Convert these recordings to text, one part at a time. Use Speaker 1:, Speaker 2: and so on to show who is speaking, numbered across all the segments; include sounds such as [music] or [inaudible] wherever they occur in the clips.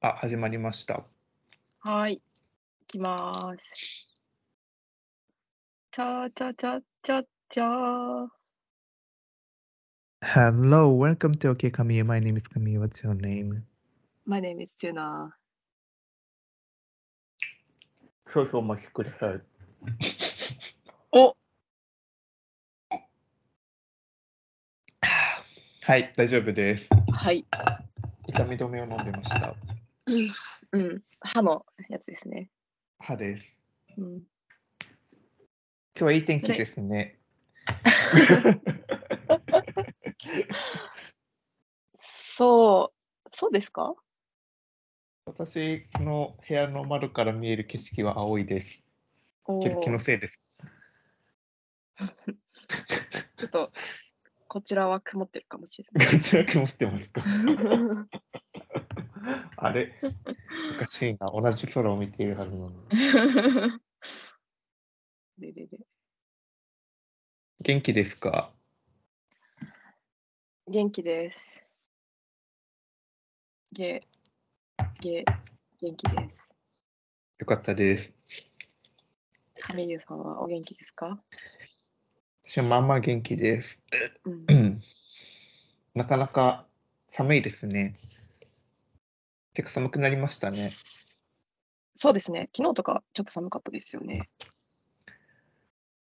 Speaker 1: あ、始まりました。
Speaker 2: はい。いきます。チャーチャーチャーチャーチャー。
Speaker 1: Hello, welcome to OK Kamiya. My name is Kamiya. What's your name?
Speaker 2: My name is Juna.
Speaker 1: 少々お待ちください。
Speaker 2: [laughs] お
Speaker 1: はい、大丈夫です。
Speaker 2: はい。
Speaker 1: 痛み止めを飲んでました。
Speaker 2: うん。歯のやつですね。
Speaker 1: 歯です。
Speaker 2: うん、
Speaker 1: 今日はいい天気ですね。
Speaker 2: そう。そうですか
Speaker 1: 私の部屋の窓から見える景色は青いです。
Speaker 2: お
Speaker 1: けど気の
Speaker 2: ー
Speaker 1: せいです。
Speaker 2: ちょっと、こちらは曇ってるかもし [laughs] れ
Speaker 1: ガチラ曇ってますか
Speaker 2: ない。
Speaker 1: あれおかしいな。同じ空を見ているはずなのに。
Speaker 2: ででで
Speaker 1: 元気ですか
Speaker 2: 元気です。げ、げ、元気で
Speaker 1: よかったです。
Speaker 2: す。亀優さんはお元気ですか
Speaker 1: 私はまあまあ元気です。
Speaker 2: うん
Speaker 1: うんなかなか寒いですね。てか寒くなりましたね。
Speaker 2: そうですね。昨日とかちょっと寒かったですよね。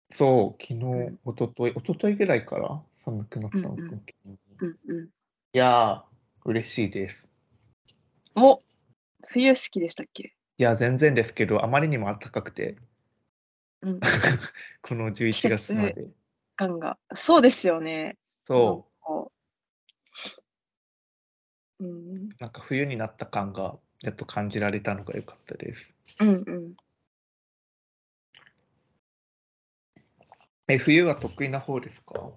Speaker 1: そう、昨日、
Speaker 2: ん
Speaker 1: 一昨日一昨日ぐらいから寒くなったのか
Speaker 2: う
Speaker 1: も、
Speaker 2: んうん
Speaker 1: 急に
Speaker 2: うんうん。
Speaker 1: いやー、嬉しいです。
Speaker 2: お冬好きでしたっけ
Speaker 1: いや、全然ですけど、あまりにも暖かくて、
Speaker 2: うん。
Speaker 1: この11月まで。
Speaker 2: ガンが。そうですよね。
Speaker 1: そ
Speaker 2: こう。うん。
Speaker 1: う、なんか冬になった感が、やっと感じられたのが良かったです。
Speaker 2: うんうん。
Speaker 1: え、冬は得意な方ですか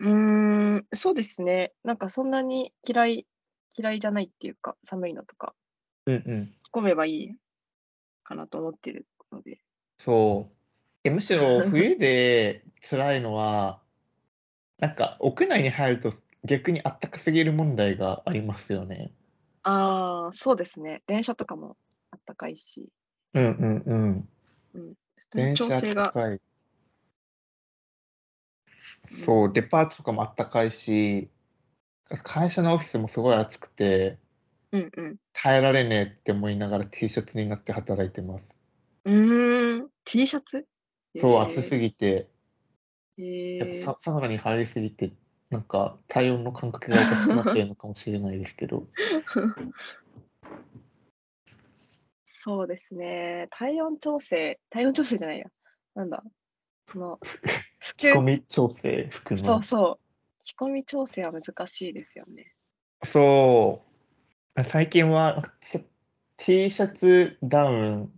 Speaker 2: うーん、そうですね。なんかそんなに嫌い、嫌いじゃないっていうか、寒いのとか、
Speaker 1: うんうん。
Speaker 2: 込めばいいかなと思ってるので。
Speaker 1: そう。えむしろ [laughs] 冬で辛いのは、なんか屋内に入ると逆にあったかすぎる問題がありますよね。
Speaker 2: ああ、そうですね。電車とかもあったかいし、
Speaker 1: うんうんうん。
Speaker 2: うん。その
Speaker 1: 電車
Speaker 2: 調
Speaker 1: あっ
Speaker 2: 整
Speaker 1: た
Speaker 2: が。
Speaker 1: かい。そう、デパートとかもあったかいし、会社のオフィスもすごい暑くて、
Speaker 2: うんうん。
Speaker 1: 耐えられねえって思いながら T シャツになって働いてます。
Speaker 2: うーん、T シャツ
Speaker 1: そう、暑す
Speaker 2: ぎ
Speaker 1: ぎて、
Speaker 2: え
Speaker 1: やっぱササウナに入りすぎて、なんか体温の感覚がおかしくなってるのかもしれないですけど。
Speaker 2: そうですね。体温調整、体温調整じゃないや。なんだ。そ [laughs] の、普
Speaker 1: 着込
Speaker 2: 及、
Speaker 1: み調整服の
Speaker 2: そうそう。着込み調整は難しいですよね。
Speaker 1: そう最近はなんか T- T シャツダウン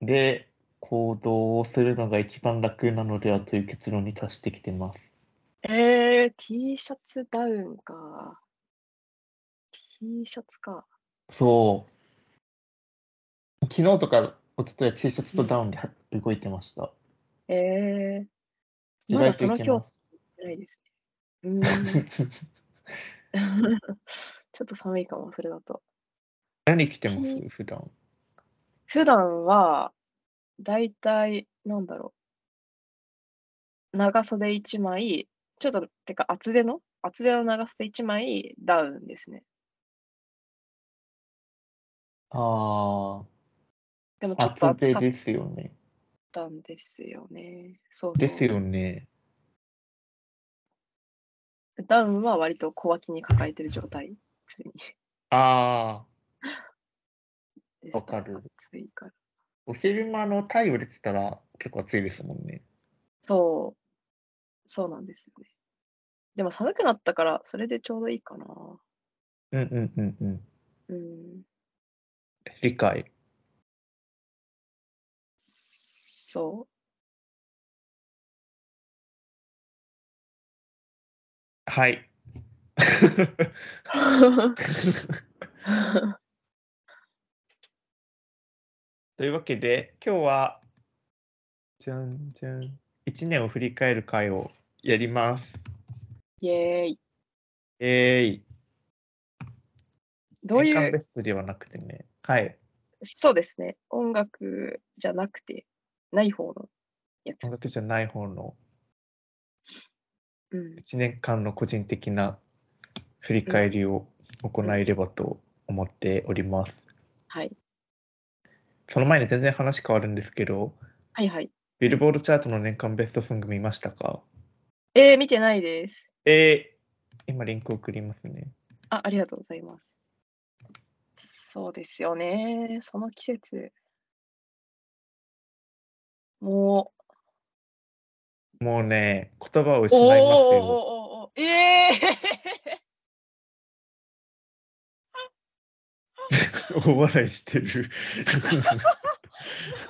Speaker 1: で行動をするのが一番楽なのではという結論に達してきてます
Speaker 2: えー、T シャツダウンか。T シャツか。
Speaker 1: そう昨日とか一昨日は T シャツとダウンでは動いてました
Speaker 2: えー、
Speaker 1: 意
Speaker 2: まだ
Speaker 1: 外と
Speaker 2: その
Speaker 1: いけま
Speaker 2: 境
Speaker 1: す
Speaker 2: 地ないですね。うーん [laughs] ちょっと寒いかも、それだと。
Speaker 1: [laughs] 何着てます
Speaker 2: き
Speaker 1: 普段
Speaker 2: 普段は、だいたい、なんだろう。長袖1枚、ちょっと、てか、厚手の厚手の長袖1枚、ダウンですね。
Speaker 1: あ
Speaker 2: でも、ち
Speaker 1: あ
Speaker 2: ょっと
Speaker 1: 厚
Speaker 2: 暑
Speaker 1: 手
Speaker 2: かっ
Speaker 1: ですよね
Speaker 2: たんですよね。そうそう。
Speaker 1: ですよね
Speaker 2: ダウンは割と小脇に抱えてる状態、ついに。
Speaker 1: ああ
Speaker 2: で
Speaker 1: わ
Speaker 2: した
Speaker 1: かる。
Speaker 2: 暑いから。
Speaker 1: お昼間の太陽出てたら結構暑いですもんね
Speaker 2: そう。そうなんですよね。でも、寒くなったから、それでちょうどいいかな。
Speaker 1: うんうんうんうん。
Speaker 2: うん。
Speaker 1: 理解。
Speaker 2: そう。
Speaker 1: はい。 [laughs] というわけで、今日は、じゃんじゃん、1年を振り返る会をやります。
Speaker 2: イエーイ。
Speaker 1: えーい。
Speaker 2: どうい
Speaker 1: 変換ベ
Speaker 2: う、
Speaker 1: ストではなくてね。はい。
Speaker 2: そうですね。音楽じゃなくて、ない方のやつ
Speaker 1: 音。楽じゃない方の
Speaker 2: うん。
Speaker 1: 1年間の個人的な振り返りを行えればと思っております。
Speaker 2: はい。
Speaker 1: その前に全然話変わるんですけど、
Speaker 2: はいはい。
Speaker 1: ビルボードチャートの年間ベストソング見ましたか
Speaker 2: えー、見てないです。
Speaker 1: えー、今リンク送りますね。
Speaker 2: あ、ありがとうございます。そうですよね。その季節。も
Speaker 1: もうね、言葉を
Speaker 2: う、
Speaker 1: 失
Speaker 2: おー
Speaker 1: いま
Speaker 2: お
Speaker 1: す
Speaker 2: ー
Speaker 1: よ。
Speaker 2: おーおーおーえ
Speaker 1: 大笑いしてる。 [laughs]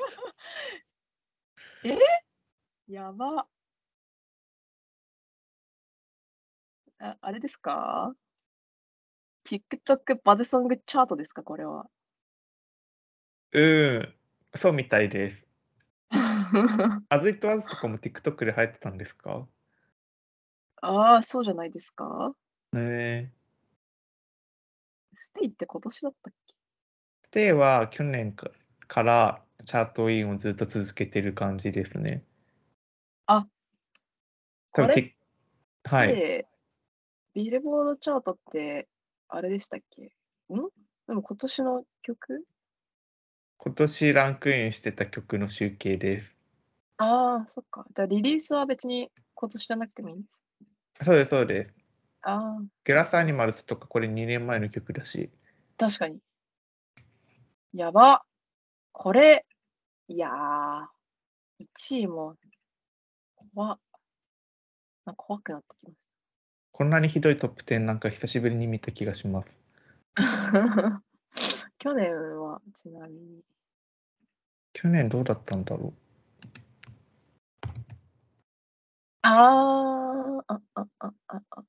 Speaker 2: ー、やば。ああれですか ?TikTok バズソングチャートですかこれは。 [laughs]
Speaker 1: うん、そうみたいです。アズイットアズとかも TikTok で流行ってたんですか
Speaker 2: ああ、そうじゃないですか
Speaker 1: ねえ。
Speaker 2: ステイって今年だったっけ
Speaker 1: ステイは去年かからチャートインをずっと続けてる感じですね。
Speaker 2: あ、
Speaker 1: 多分
Speaker 2: これ
Speaker 1: Tik- はい。
Speaker 2: で、ビルボードチャートって、あれでしたっけんでも今年の曲
Speaker 1: 今年ランクインしてた曲の集計です。
Speaker 2: ああ、そっか。じゃあリリースは別に今年じゃなくてもいいんです。
Speaker 1: そうです、そうです。
Speaker 2: ああ、
Speaker 1: グラスアニマルズとかこれ2年前の曲だし。
Speaker 2: 確かに。やば。これ、いやー、1位も、怖っなんか怖くなってきまし
Speaker 1: こんなにひどいトップ10なんか久しぶりに見た気がします。
Speaker 2: た。去年は、ちなみに。
Speaker 1: 去年どうだったんだろ、
Speaker 2: あーあ、あ、あ、あ、あ、あ、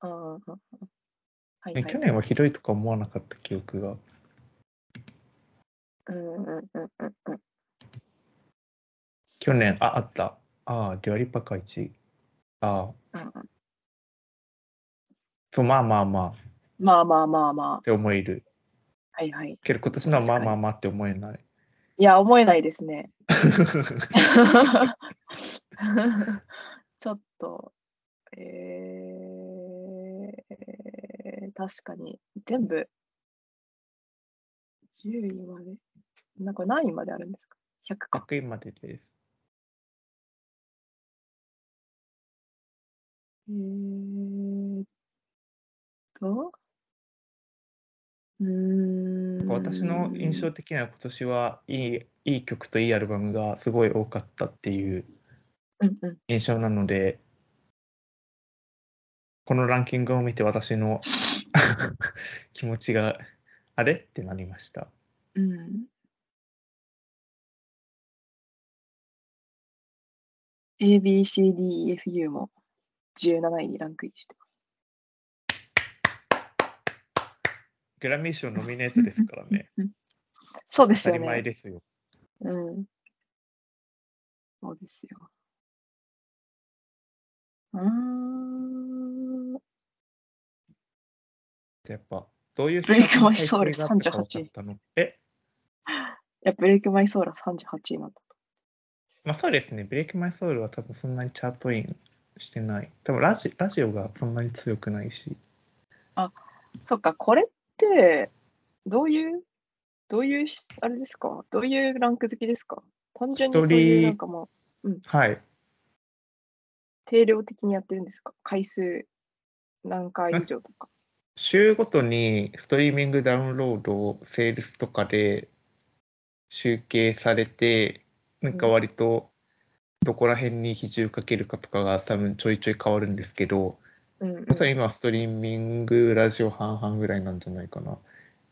Speaker 2: あー、あはいう
Speaker 1: ね
Speaker 2: はい
Speaker 1: 去年はひどいとか思わなかった記憶が。
Speaker 2: うんうんうんうんうん。
Speaker 1: 去年、あ、あった。ああ、デュアリパカ1。ああ、
Speaker 2: うんうん
Speaker 1: そう、まあまあまあっ
Speaker 2: まあまあまあま
Speaker 1: て思える。
Speaker 2: あ。はいはい。
Speaker 1: けど今年のは
Speaker 2: 確
Speaker 1: ま
Speaker 2: か
Speaker 1: あ
Speaker 2: に
Speaker 1: まあまあって思えない。
Speaker 2: いや、思えないですね。ちょっと、えー、確かに、全部、10位まで。なんか何位まであるんですか ?100 か。
Speaker 1: 100位までです。
Speaker 2: えーっと、うーん。
Speaker 1: 私の印象的には今年はいいいい曲といいアルバムがすごい多かったっていう
Speaker 2: うんうん。
Speaker 1: 印象なのでこのランキングを見て私の [laughs] 気持ちがあれってなりました
Speaker 2: うん。ABCDEFU も17位にランクインしてます。
Speaker 1: グラミー賞ノミネートですからね
Speaker 2: [laughs] そうです
Speaker 1: 当た
Speaker 2: よ
Speaker 1: り前
Speaker 2: ね。
Speaker 1: ですよ
Speaker 2: うん。そうですよ。うーん。
Speaker 1: やっぱどういう
Speaker 2: ブレイクマイ
Speaker 1: チ
Speaker 2: ソ
Speaker 1: ャ
Speaker 2: ウ
Speaker 1: ー
Speaker 2: ル
Speaker 1: トの背景があって
Speaker 2: 38
Speaker 1: 変わったのえ
Speaker 2: いや、ブレイクマイソーラ38位なんだ
Speaker 1: まあそうですねブレイクマイソウルは多分そんなにチャートインしてない多分ラジラジオがそんなに強くないし
Speaker 2: そっか、これって、どういう、どういうし、あれですかどういうランク付きですか単純にそういうなんかもう
Speaker 1: はい
Speaker 2: 定量的にやってるんですか回数何回以上とか。
Speaker 1: 週ごとにストリーミングダウンロード、セールスとかで集計されて、なんか
Speaker 2: うん
Speaker 1: 割とどこら辺に比重かけるかとかが多分ちょいちょい変わるんですけど、
Speaker 2: うんうん
Speaker 1: まさに今はストリーミング、ラジオ半々ぐらいなんじゃないかな。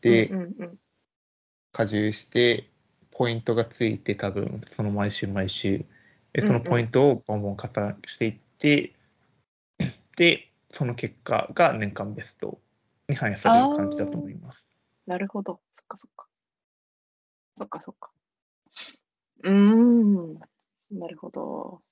Speaker 1: で
Speaker 2: う、んうんうん
Speaker 1: 加重して、ポイントがついて多分その毎週毎週、で
Speaker 2: うんうん
Speaker 1: そのポイントをボンボン加算していって、 [clears throat] で、その結果が年間ベストに反映される感じだと思います。
Speaker 2: なるほど。そっかそっか。そっかそっか。うーん。なるほど。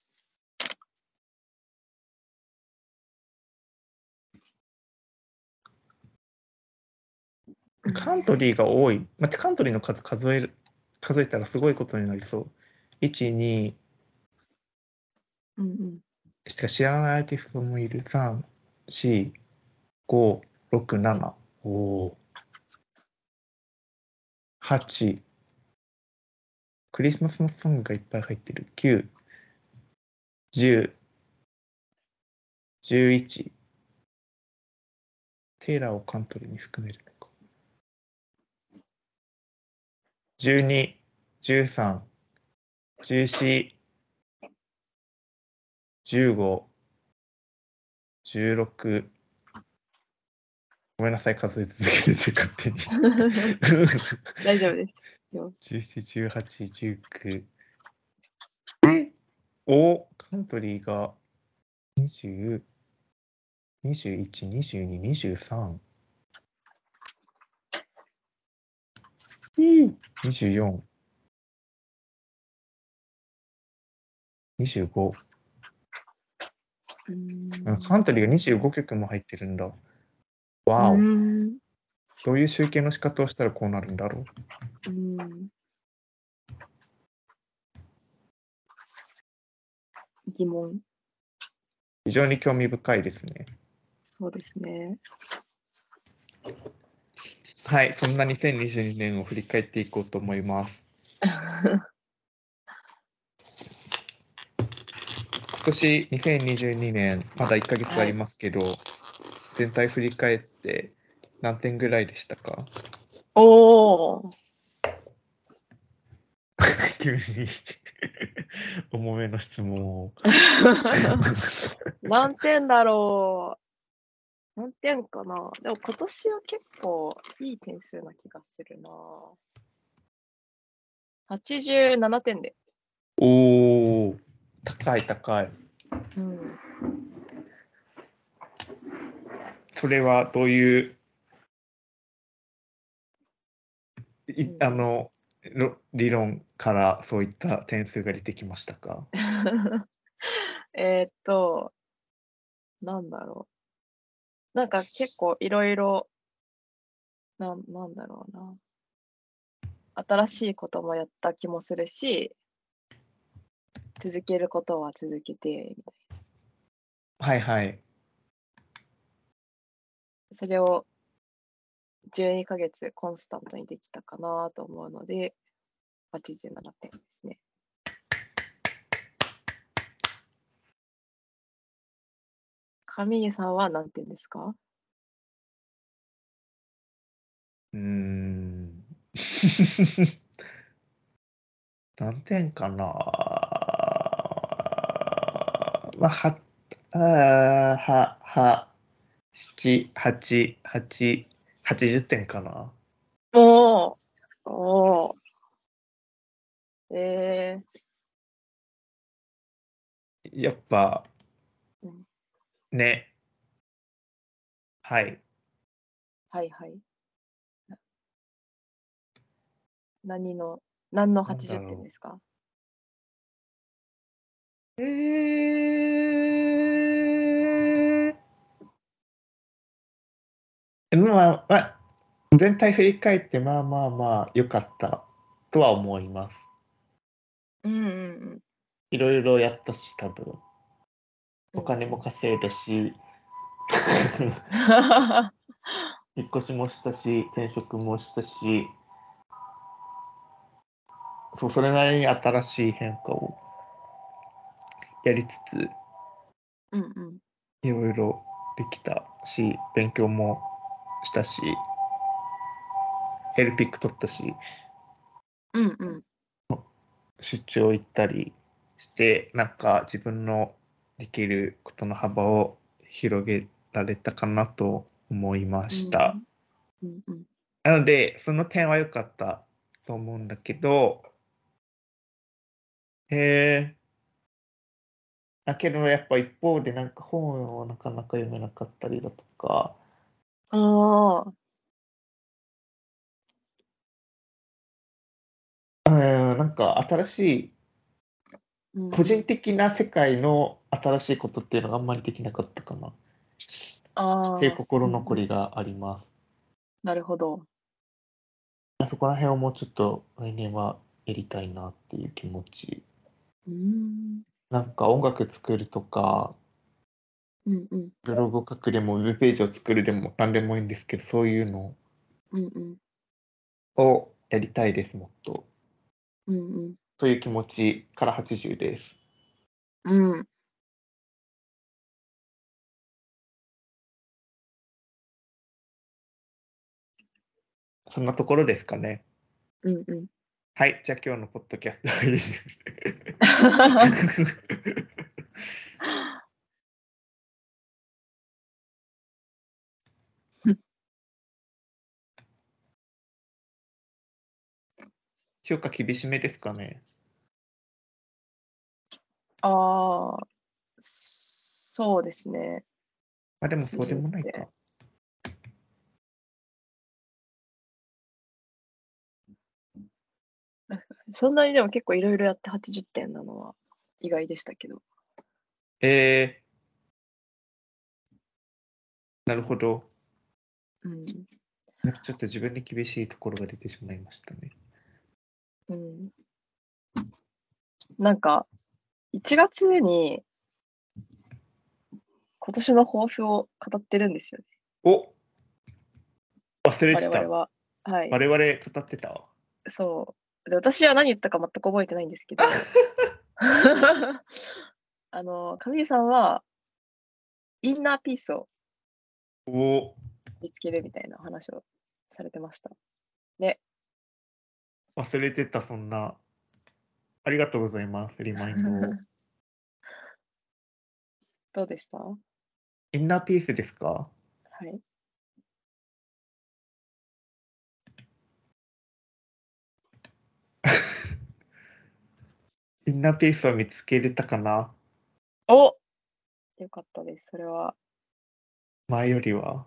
Speaker 1: カントリーが多い。まあ、カントリーの数数える、数えたらすごいことになりそう。1、2、
Speaker 2: うんうん。 [laughs]
Speaker 1: しか知らないアーティストもいる。3、4、5、6、7。おお。8。クリスマスのソングがいっぱい入ってる。9、10、11。テイラーをカントリーに含めるのか。12、13、14、15、16、ごめんなさい、数え続けるって勝手に。 [laughs]
Speaker 2: 大丈夫です。
Speaker 1: 17、18、19。えおカントリーが20、21、22、23。うん24、25。
Speaker 2: うーん
Speaker 1: あカントリーが25曲も入ってるんだ。わお、
Speaker 2: うーん
Speaker 1: どういう集計の仕方をしたらこうなるんだろう。
Speaker 2: うん疑問、
Speaker 1: 非常に興味深いですね。
Speaker 2: そうですね。 [laughs]
Speaker 1: はい、そんな2022年を振り返っていこうと思います。今年2022年、まだ1ヶ月ありますけど、全体振り返って何点ぐらいでしたか
Speaker 2: おお、
Speaker 1: [laughs] 急に [laughs] 重めの質問を。
Speaker 2: 何点だろう。何点かな。でも今年は結構いい点数な気がするな。87点で。
Speaker 1: おお、高い高い。
Speaker 2: うん、
Speaker 1: それはどういう、い
Speaker 2: うん
Speaker 1: あのろ理論からそういった点数が出てきました [laughs] か
Speaker 2: えーっと、なんだろう。なんか結構いろいろ、なんなんだろうな。新しいこともやった気もするし、続けることは続けて、
Speaker 1: はいはい。
Speaker 2: それを12ヶ月コンスタントにできたかなと思うので、87点ですね。上家さんは何点ですか
Speaker 1: うーん。 [laughs] 何点かなまあ、は、あーは、は、七、八、八、八十点かな
Speaker 2: おおおーえ
Speaker 1: やっぱ
Speaker 2: うん、
Speaker 1: ね。はい。
Speaker 2: ー、はいはい。な何の、何の
Speaker 1: なんだろう
Speaker 2: 80点ですか
Speaker 1: えー、まあ、まあ、全体振り返って、まあまあまあ、良かったとは思います。
Speaker 2: うんうんうん。
Speaker 1: いろいろやったし、多分。
Speaker 2: うん
Speaker 1: お金も。稼いだし、 [laughs] 引っ越しもしたし、転職もしたし、そうそれなりに新しい変化をやりつつ、
Speaker 2: [laughs] うんうん。
Speaker 1: いろいろできたし、勉強もしたし、ヘルピック取ったし、
Speaker 2: うんうん。
Speaker 1: 出張行ったりして、なんか自分のできることの幅を広げられたかなと思いました。
Speaker 2: うんうん。
Speaker 1: なので、その点は良かったと思うんだけど、えー、だけどやっぱ一方でなんか本をなかなか読めなかったりだとか、
Speaker 2: ああ。
Speaker 1: うん、なんか新しい
Speaker 2: うん
Speaker 1: 個人的な世界の新しいことっていうのがあんまりできなかったかなっ
Speaker 2: ああ
Speaker 1: ていう心残りがあります。
Speaker 2: なるほど。
Speaker 1: そこら辺をもうちょっと来年はやりたいなっていう気持ち。
Speaker 2: うん。
Speaker 1: なんか音楽作るとか、
Speaker 2: うんうん。
Speaker 1: ブログを書くでも、ウェブページを作るでも、何でもいいんですけど、そういうの
Speaker 2: うんうん。
Speaker 1: をやりたいです、もっと。
Speaker 2: うん
Speaker 1: という気持ちから80です。
Speaker 2: うん。うん。
Speaker 1: そんなところですかね。
Speaker 2: うんうん。
Speaker 1: はい、じゃあ今日のポッドキャストは以上です評価厳しめですかね。
Speaker 2: ああ、そうですね。
Speaker 1: あでもそうでもない
Speaker 2: 厳しめ
Speaker 1: か。
Speaker 2: そんなにでも結構いろいろやって80点なのは意外でしたけど。
Speaker 1: えー、なるほど。
Speaker 2: うん。
Speaker 1: なんかちょっと自分に厳しいところが出てしまいましたね。
Speaker 2: うん。なんか、1月に今年の抱負を語ってるんですよね。
Speaker 1: お忘れ
Speaker 2: 我
Speaker 1: て
Speaker 2: 々
Speaker 1: た。
Speaker 2: は。はい。
Speaker 1: 我々語ってた。
Speaker 2: そう。で、私は何言ったか全く覚えてないんですけど、 [laughs] あの、上地さんは、インナーピースを
Speaker 1: お
Speaker 2: 見つけるみたいな話をされてました。
Speaker 1: 忘れてた、そんな。ありがとうございます、リマ
Speaker 2: [laughs]
Speaker 1: インドを。
Speaker 2: どうでしたは
Speaker 1: インナーピースですか
Speaker 2: い。
Speaker 1: インナーピースを見つけれたかな
Speaker 2: およかったです。それは。
Speaker 1: 前よりは。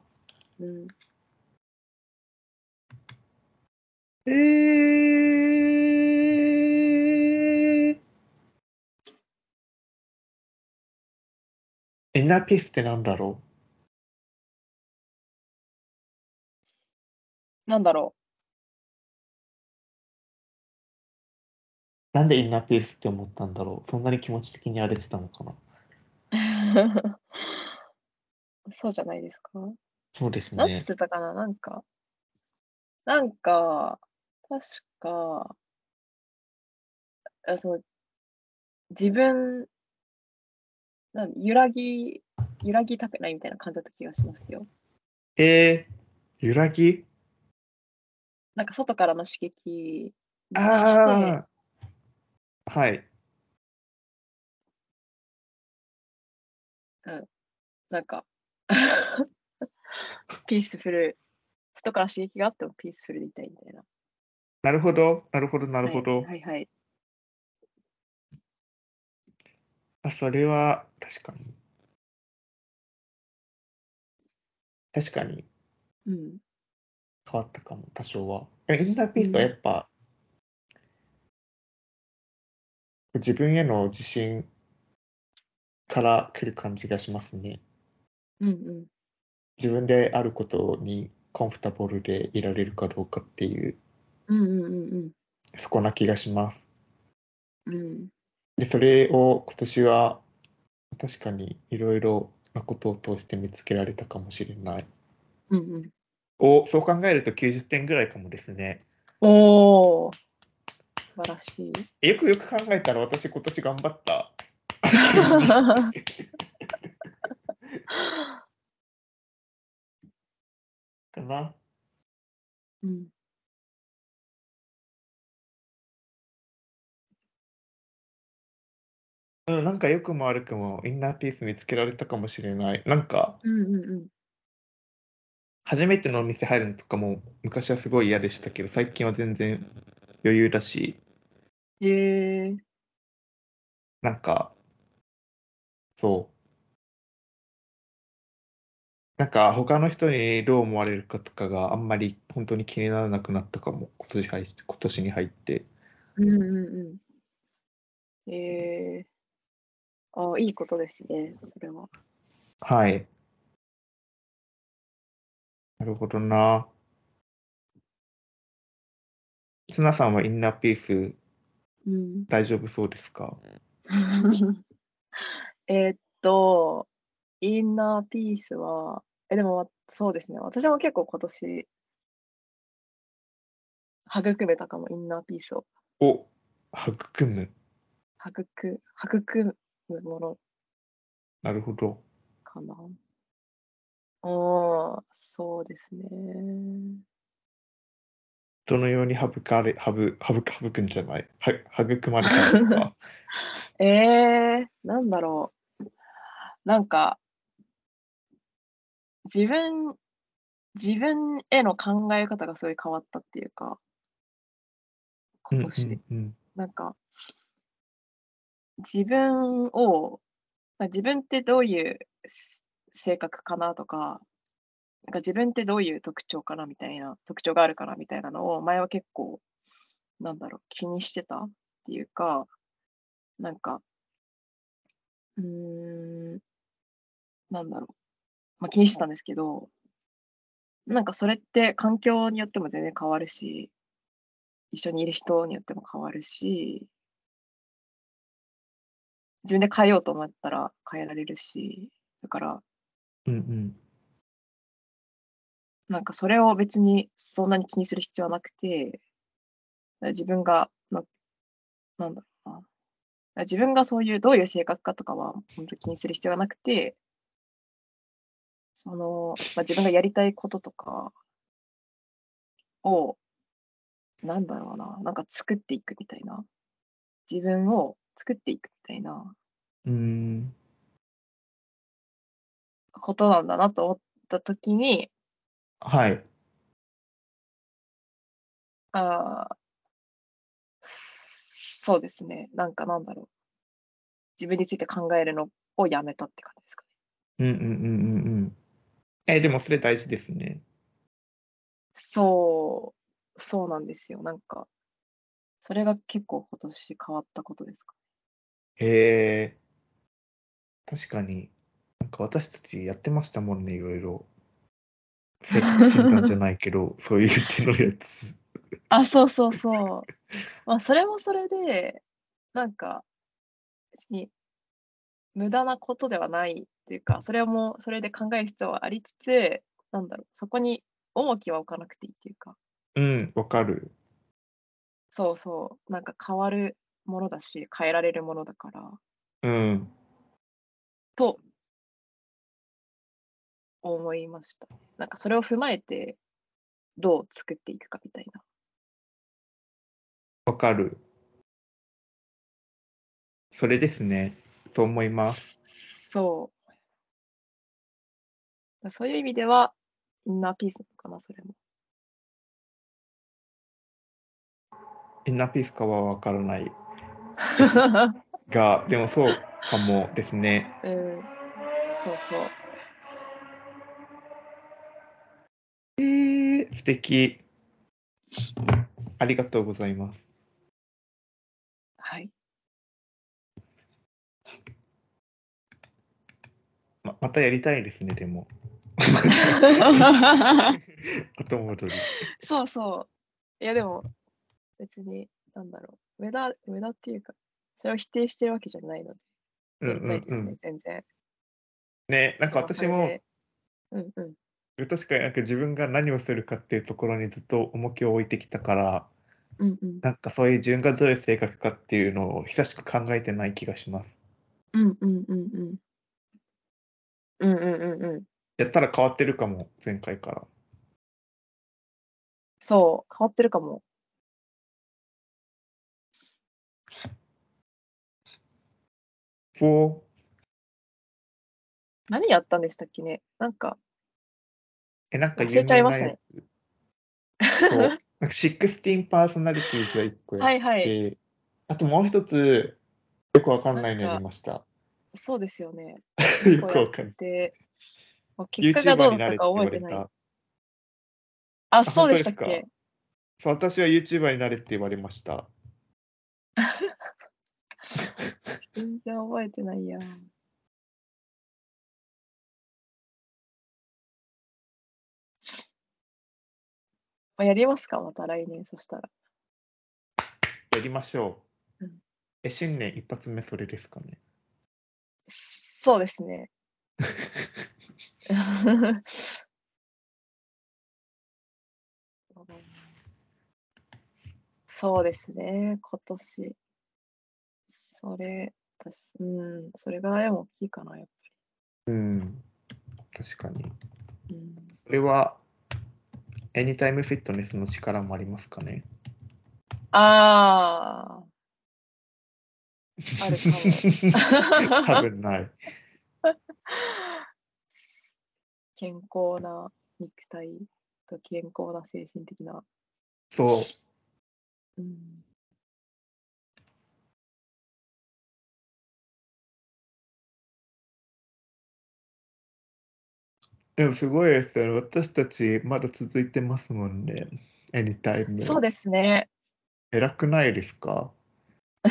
Speaker 2: うん。
Speaker 1: えー、インナーピースってなんだろ
Speaker 2: なんだろ
Speaker 1: うなんでインナーピースって思ったんだろうそんなに気持ち的に荒れてたのかな
Speaker 2: う。 [laughs] そうじゃないですか。
Speaker 1: そうです
Speaker 2: なんつっ
Speaker 1: ね。
Speaker 2: てたかな、なんか。なんか、確か、あその自分、なん揺らぎ、揺らぎたくないみたいな感じだった気がしますよ。
Speaker 1: えー、揺らぎ
Speaker 2: なんか外からの刺激にして、
Speaker 1: ああーはい。
Speaker 2: なんか、 [laughs] ピースフル、外から刺激があってもピースフルでいたいみたいな。
Speaker 1: なるほど、なるほど、なるほど。
Speaker 2: はい、はい、はい。
Speaker 1: あそれは確かに。確かに
Speaker 2: うん。
Speaker 1: 変わったかも、多少は。えインターピースはやっぱ、自分への自信から来る感じがしますね。
Speaker 2: うんうん。
Speaker 1: 自分であることにコンフォータブルでいられるかどうかっていう、
Speaker 2: うんうんうん
Speaker 1: そこな気がします。
Speaker 2: うん。うん。
Speaker 1: で、それを今年は確かにいろいろなことを通して見つけられたかもしれない。
Speaker 2: うんうん。
Speaker 1: お、そう考えると90点ぐらいかもですね。
Speaker 2: おお、素晴らしい。
Speaker 1: えよくよく考えたら私今年頑張った。かな。
Speaker 2: [laughs] うん、
Speaker 1: うん、なんか良くも悪くもインナーピース見つけられたかもしれない。なんか
Speaker 2: うん、うん
Speaker 1: 初めてのお店入るのとかも昔はすごい嫌でしたけど、最近は全然余裕だし、
Speaker 2: うん。へえ、
Speaker 1: なんか、そう。なんか他の人にどう思われるかとかがあんまり本当に気にならなくなったかも、今年入って今年に入って。
Speaker 2: うん、うん、うん。へえ、あ、いいことですね、それは。
Speaker 1: はい。なるほどな。ツナさんはインナーピース
Speaker 2: うん。
Speaker 1: 大丈夫そうですか
Speaker 2: えーっと、インナーピースは、え、でもわそうですね。私も結構今年、育めたかも、インナーピースを。
Speaker 1: お育む。
Speaker 2: 育、育むもの
Speaker 1: なるほど。
Speaker 2: かな。ああ、そうですね。
Speaker 1: どのように省かれ、省、省く、省くんじゃない。は、育まれたんですか。
Speaker 2: ええなんだろう。なんか、自分、自分への考え方がすごい変わったっていうか、
Speaker 1: うん
Speaker 2: 今年。
Speaker 1: うんうん
Speaker 2: なんか、自分を、なんか自分ってどういうす性格かなとか、なんか自分ってどういう特徴かなみたいな、特徴があるかなみたいなのを、前は結構、なんだろう、気にしてたっていうか、なんか、うーん、なんだろう、まあ、気にしてたんですけど、なんかそれって環境によっても全然変わるし、一緒にいる人によっても変わるし、自分で変えようと思ったら変えられるし、だから、
Speaker 1: うんうん。
Speaker 2: なんかそれを別にそんなに気にする必要はなくて、自分が、ななんだろうな。自分がそういう、どういう性格かとかは、本当気にする必要がなくて、その、まあ、自分がやりたいこととかを、なんだろうな、なんか作っていくみたいな。自分を作っていくみたいな
Speaker 1: うーん。
Speaker 2: ことなんだなと思ったときに、
Speaker 1: はい。
Speaker 2: ああ、すそうですね。なんかなんだろう。自分について考えるのをやめたって感じですかね。
Speaker 1: うんうんうんうんうん。え、でもそれ大事ですね。
Speaker 2: そう、そうなんですよ。なんか、それが結構今年変わったことですか。
Speaker 1: へえ。確かに。なんか私たちやってましたもんね、いろいろ。性格診断じゃないけ [laughs] ど、そういう手のやつ。
Speaker 2: あ、そうそうそう。まあ、それもそれで、なんか、別に無駄なことではないっていうか、それもそれで考える必要はありつつ、なんだろう、そこに重きは置かなくていいっていうか、
Speaker 1: うん、わかる。
Speaker 2: そうそう、なんか変わるものだし、変えられるものだから、
Speaker 1: うん。
Speaker 2: と思いました。なんかそれを踏まえて、どう作っていくかみたいな。
Speaker 1: わかる。それですね。そう思います。
Speaker 2: そう。だそういう意味では、インナーピースなのかな、それも。
Speaker 1: インナーピースかはわからないが、でもそうかもですね。
Speaker 2: うん、そうそう。
Speaker 1: えー素敵。ありがとうございます。
Speaker 2: はい。
Speaker 1: ままたやりたいですね、でも。後戻り。
Speaker 2: そうそう。いや、でも、別に、なんだろう。無駄、無駄っていうか、それを否定してるわけじゃないので、
Speaker 1: うん
Speaker 2: やりたいうです
Speaker 1: んう
Speaker 2: ね、
Speaker 1: ん。
Speaker 2: 全然。
Speaker 1: ね、なんか
Speaker 2: まあ
Speaker 1: 私も、。
Speaker 2: それでうんうん。
Speaker 1: 確かになんか自分が何をするかっていうところにずっと重きを置いてきたから、
Speaker 2: うんうん。
Speaker 1: なんかそういう自分がどういう性格かっていうのを久しく考えてない気がします。
Speaker 2: うんうんうんうん。うんうんうんうん。
Speaker 1: やったら変わってるかも、前回から。
Speaker 2: そう、変わってるかも。
Speaker 1: フ
Speaker 2: 何やったんでしたっけねなんか、
Speaker 1: え、なんか
Speaker 2: 忘れ
Speaker 1: 有
Speaker 2: ちゃ
Speaker 1: 名
Speaker 2: いま
Speaker 1: な
Speaker 2: した
Speaker 1: や
Speaker 2: ね
Speaker 1: つ。そうなんか16パーソナリティーズは1個やっ
Speaker 2: は
Speaker 1: て
Speaker 2: い
Speaker 1: て、
Speaker 2: はい
Speaker 1: あともう一つ、よくわかんないの
Speaker 2: なんか
Speaker 1: やりました。
Speaker 2: そうですよね。
Speaker 1: [laughs] よく
Speaker 2: こうや
Speaker 1: わ
Speaker 2: っ
Speaker 1: かんない。
Speaker 2: て、もう結果がど
Speaker 1: YouTuber
Speaker 2: う
Speaker 1: に
Speaker 2: だ
Speaker 1: な
Speaker 2: っ
Speaker 1: れ
Speaker 2: た
Speaker 1: って言
Speaker 2: か覚え
Speaker 1: わ
Speaker 2: て
Speaker 1: れ
Speaker 2: ない。
Speaker 1: た。
Speaker 2: あ、そうでしたっ
Speaker 1: 本当で
Speaker 2: け
Speaker 1: すそう私は YouTuber になれって言われました。
Speaker 2: 全然覚えてないやん。まあやりますかまた来年、そしたら。
Speaker 1: やりましょう。
Speaker 2: うん
Speaker 1: え、新年一発目それですか
Speaker 2: [laughs]
Speaker 1: ね。
Speaker 2: そうですね。 [laughs] そうですね、今年。それ、私うん、それがでも大きいかな、やっ
Speaker 1: うん。確かに。
Speaker 2: ぱり。うん
Speaker 1: これは、エニタイムフィットネスの力もありますかね。
Speaker 2: ああるかも
Speaker 1: 多分ない。
Speaker 2: 健康な肉体と健康な精神的な。
Speaker 1: そう。
Speaker 2: うん、
Speaker 1: でもすごいですよね。私たちまだ続いてますもんね。エニタイム。
Speaker 2: そうですね。 [laughs]
Speaker 1: 偉くないですか [laughs]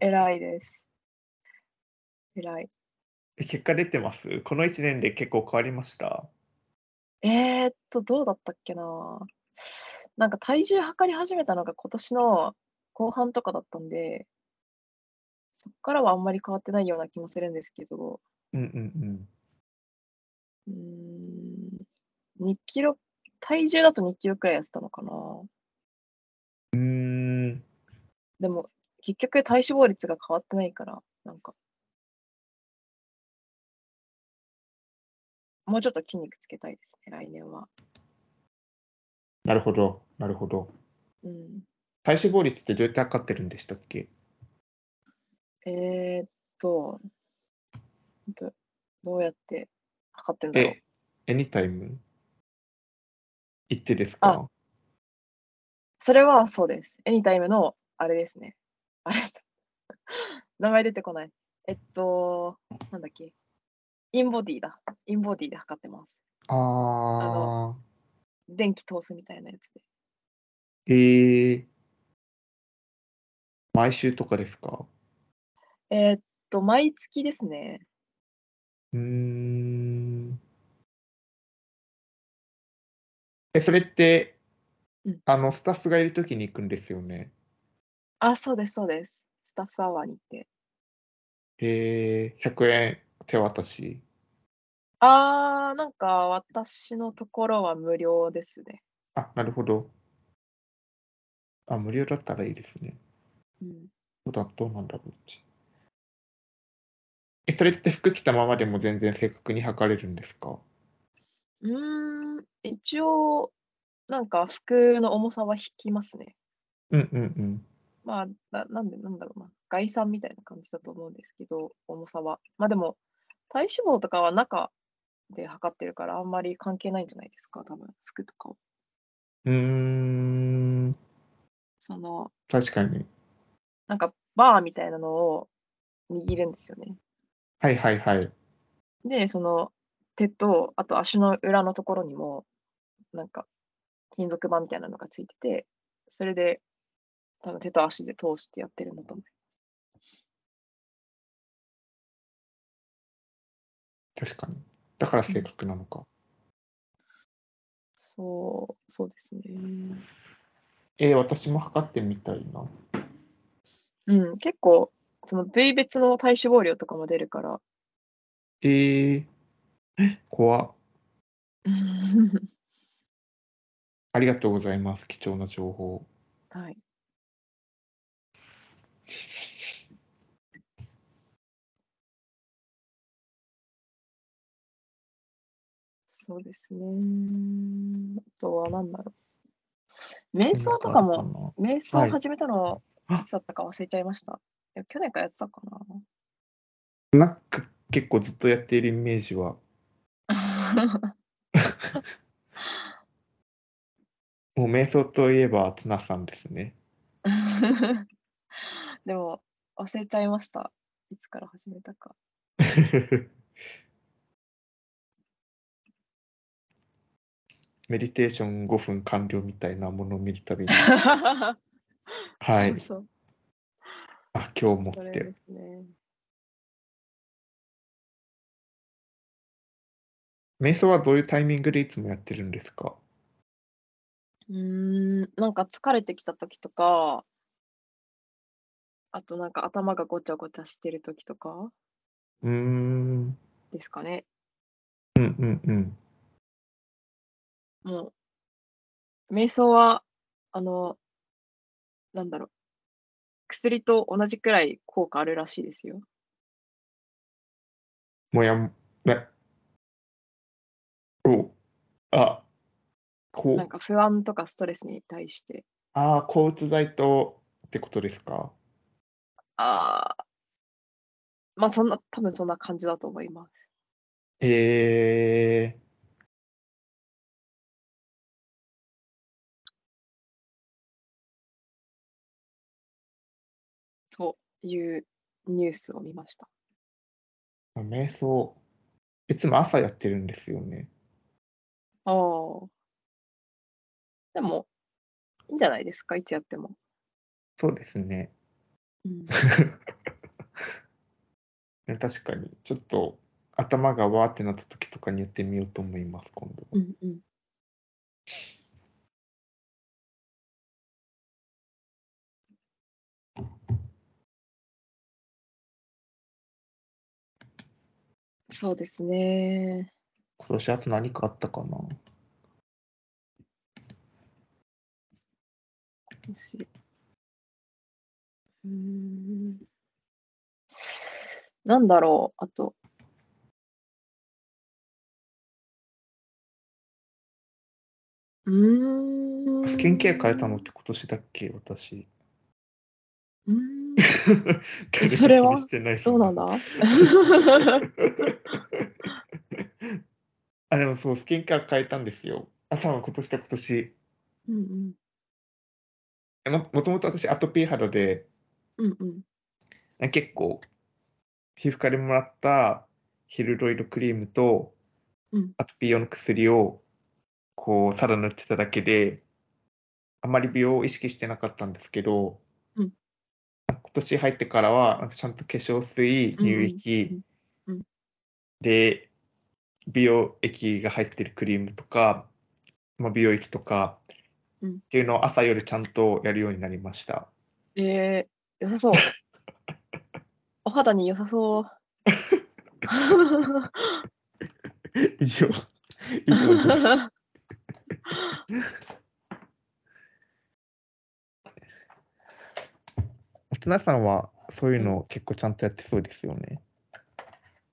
Speaker 2: 偉いです。偉い。
Speaker 1: え結果出てますこの1年で結構変わりました。
Speaker 2: えー、っと、どうだったっけな。なんか体重測り始めたのが今年の後半とかだったんで、そっからはあんまり変わってないような気もするんですけど、
Speaker 1: うんうん
Speaker 2: うーん、2キロ、体重だと2キロくらい痩せたのかな。
Speaker 1: うん。うーん。
Speaker 2: でも、結局体脂肪率が変わってないから、なんか、もうちょっと筋肉つけたいですね、来年は。
Speaker 1: なるほど。なるほど。
Speaker 2: うん。
Speaker 1: 体脂肪率ってどうやって測ってるんでしたっけ
Speaker 2: えー、っと、どどうやって測ってんだろう
Speaker 1: え。、エニタイム行ってですか
Speaker 2: それはそうです。エニタイムの、あれですね。あれ [laughs] 名前出てこない。えっと、なんだっけ。インボディだ。インボディで測ってます。
Speaker 1: ああ
Speaker 2: 電気通すみたいなやつで。
Speaker 1: ー。えー。毎週とかですか
Speaker 2: えっと、毎月ですね。
Speaker 1: うーん。え、それって
Speaker 2: うん、
Speaker 1: あの、スタッフがいるときに行くんですよね。
Speaker 2: あ、そうです、そうです。スタッフアワーに行って。
Speaker 1: えー、100円手渡し。
Speaker 2: あー、なんか私のところは無料ですね。
Speaker 1: あ、なるほど。あ、無料だったらいいですね。
Speaker 2: うん、
Speaker 1: どうだ、どうなんだろううち。え、それって服着たままでも全然正確に測れるんですか
Speaker 2: うーん、一応、なんか服の重さは引きますね。
Speaker 1: うんうんうん。
Speaker 2: まあ、ななんで、なんだろうな。概算みたいな感じだと思うんですけど、重さは。まあでも、体脂肪とかは中で測ってるから、あんまり関係ないんじゃないですか、多分、服とかは。
Speaker 1: うーん、
Speaker 2: その、
Speaker 1: 確かに。
Speaker 2: なんか、バーみたいなのを握るんですよね。
Speaker 1: はいはいはい。
Speaker 2: で、その手と、あと足の裏のところにも、なんか、金属板みたいなのがついてて、それで、多分手と足で通してやってるんだと思
Speaker 1: 確かに。だから正確なのか。
Speaker 2: う。そう、そうですね。
Speaker 1: えー私も測ってみたいな。
Speaker 2: うん、結構、その部位別の体脂肪量とかも出るから、
Speaker 1: えー、え怖っありがとうございます。貴重な情報。
Speaker 2: はい。そうですね。あとは何だろう。瞑想と
Speaker 1: な
Speaker 2: か
Speaker 1: ん
Speaker 2: も、
Speaker 1: あるか
Speaker 2: 瞑想
Speaker 1: はい
Speaker 2: 始めたの
Speaker 1: あ
Speaker 2: いつだったか忘れちゃいました。いや去年からやってたか
Speaker 1: な。なんか結構ずっとやっているイメージは、
Speaker 2: な。
Speaker 1: もう瞑想といえば綱さんですね。
Speaker 2: [laughs] でも、忘れちゃいました。いつから始めたか。
Speaker 1: [laughs] メディテーション5分完了みたいなものを見るたびに、はい、
Speaker 2: [laughs] そう
Speaker 1: あ、今日持
Speaker 2: そ
Speaker 1: っ
Speaker 2: れ
Speaker 1: て
Speaker 2: で
Speaker 1: る。
Speaker 2: すね。
Speaker 1: 瞑想はどういうタイミングでいつもやってるんですか
Speaker 2: うーん、なんか疲れてきた時とか、あとなんか頭がごちゃごちゃしてる時とか
Speaker 1: うーん。
Speaker 2: ですかね。
Speaker 1: うんうんうん。
Speaker 2: もう、瞑想は、あの、なんだろう、薬と同じくらい効果あるらしいですよ。
Speaker 1: もやも、ね。おあ、こ
Speaker 2: なん
Speaker 1: う、
Speaker 2: か不安とかストレスに対して。
Speaker 1: ああ、抗うつ剤とってことですか。
Speaker 2: ああ、まあそんな、多分そんな感じだと思います。
Speaker 1: へえ。
Speaker 2: というニュースを見ました。
Speaker 1: 瞑想、いつも朝やってるんですよね。
Speaker 2: ああ、でも、いいんじゃないですか、いつやっても。
Speaker 1: そうですね。
Speaker 2: うん、
Speaker 1: [laughs] 確かに、ちょっと頭がわーってなった時とかにやってみようと思います、今度。
Speaker 2: うん、うん。そうですね。
Speaker 1: 今年あと何かあったかな
Speaker 2: もしうーん。なんだろう、あと。うーん。
Speaker 1: スキンケア変えたのって今年だっけ私。
Speaker 2: [laughs] うーん。
Speaker 1: 誰も
Speaker 2: それは
Speaker 1: 気にしてない
Speaker 2: どうなんだ
Speaker 1: あ、でもそう、スキンケア変えたんですよ。朝は今年だ今年。
Speaker 2: うんうん。
Speaker 1: ももともと私アトピー肌で、
Speaker 2: うんうん。
Speaker 1: 結構皮膚科でもらったヒルロイドクリームと
Speaker 2: うん
Speaker 1: アトピー用の薬をこうさら塗ってただけであまり美容を意識してなかったんですけど、
Speaker 2: うん
Speaker 1: 今年入ってからはなんかちゃんと化粧水
Speaker 2: うんうん
Speaker 1: 乳液、
Speaker 2: うんうん
Speaker 1: で美容液が入ってるクリームとか、まあ、美容液とか
Speaker 2: うん
Speaker 1: っていうのを朝夜ちゃんとやるようになりました。
Speaker 2: [laughs] えー、良さ
Speaker 1: [laughs]
Speaker 2: そう。お肌に良さそう。 [laughs]
Speaker 1: 以上以上です松田さんはそういうのを結構ちゃんとやってそうですよね。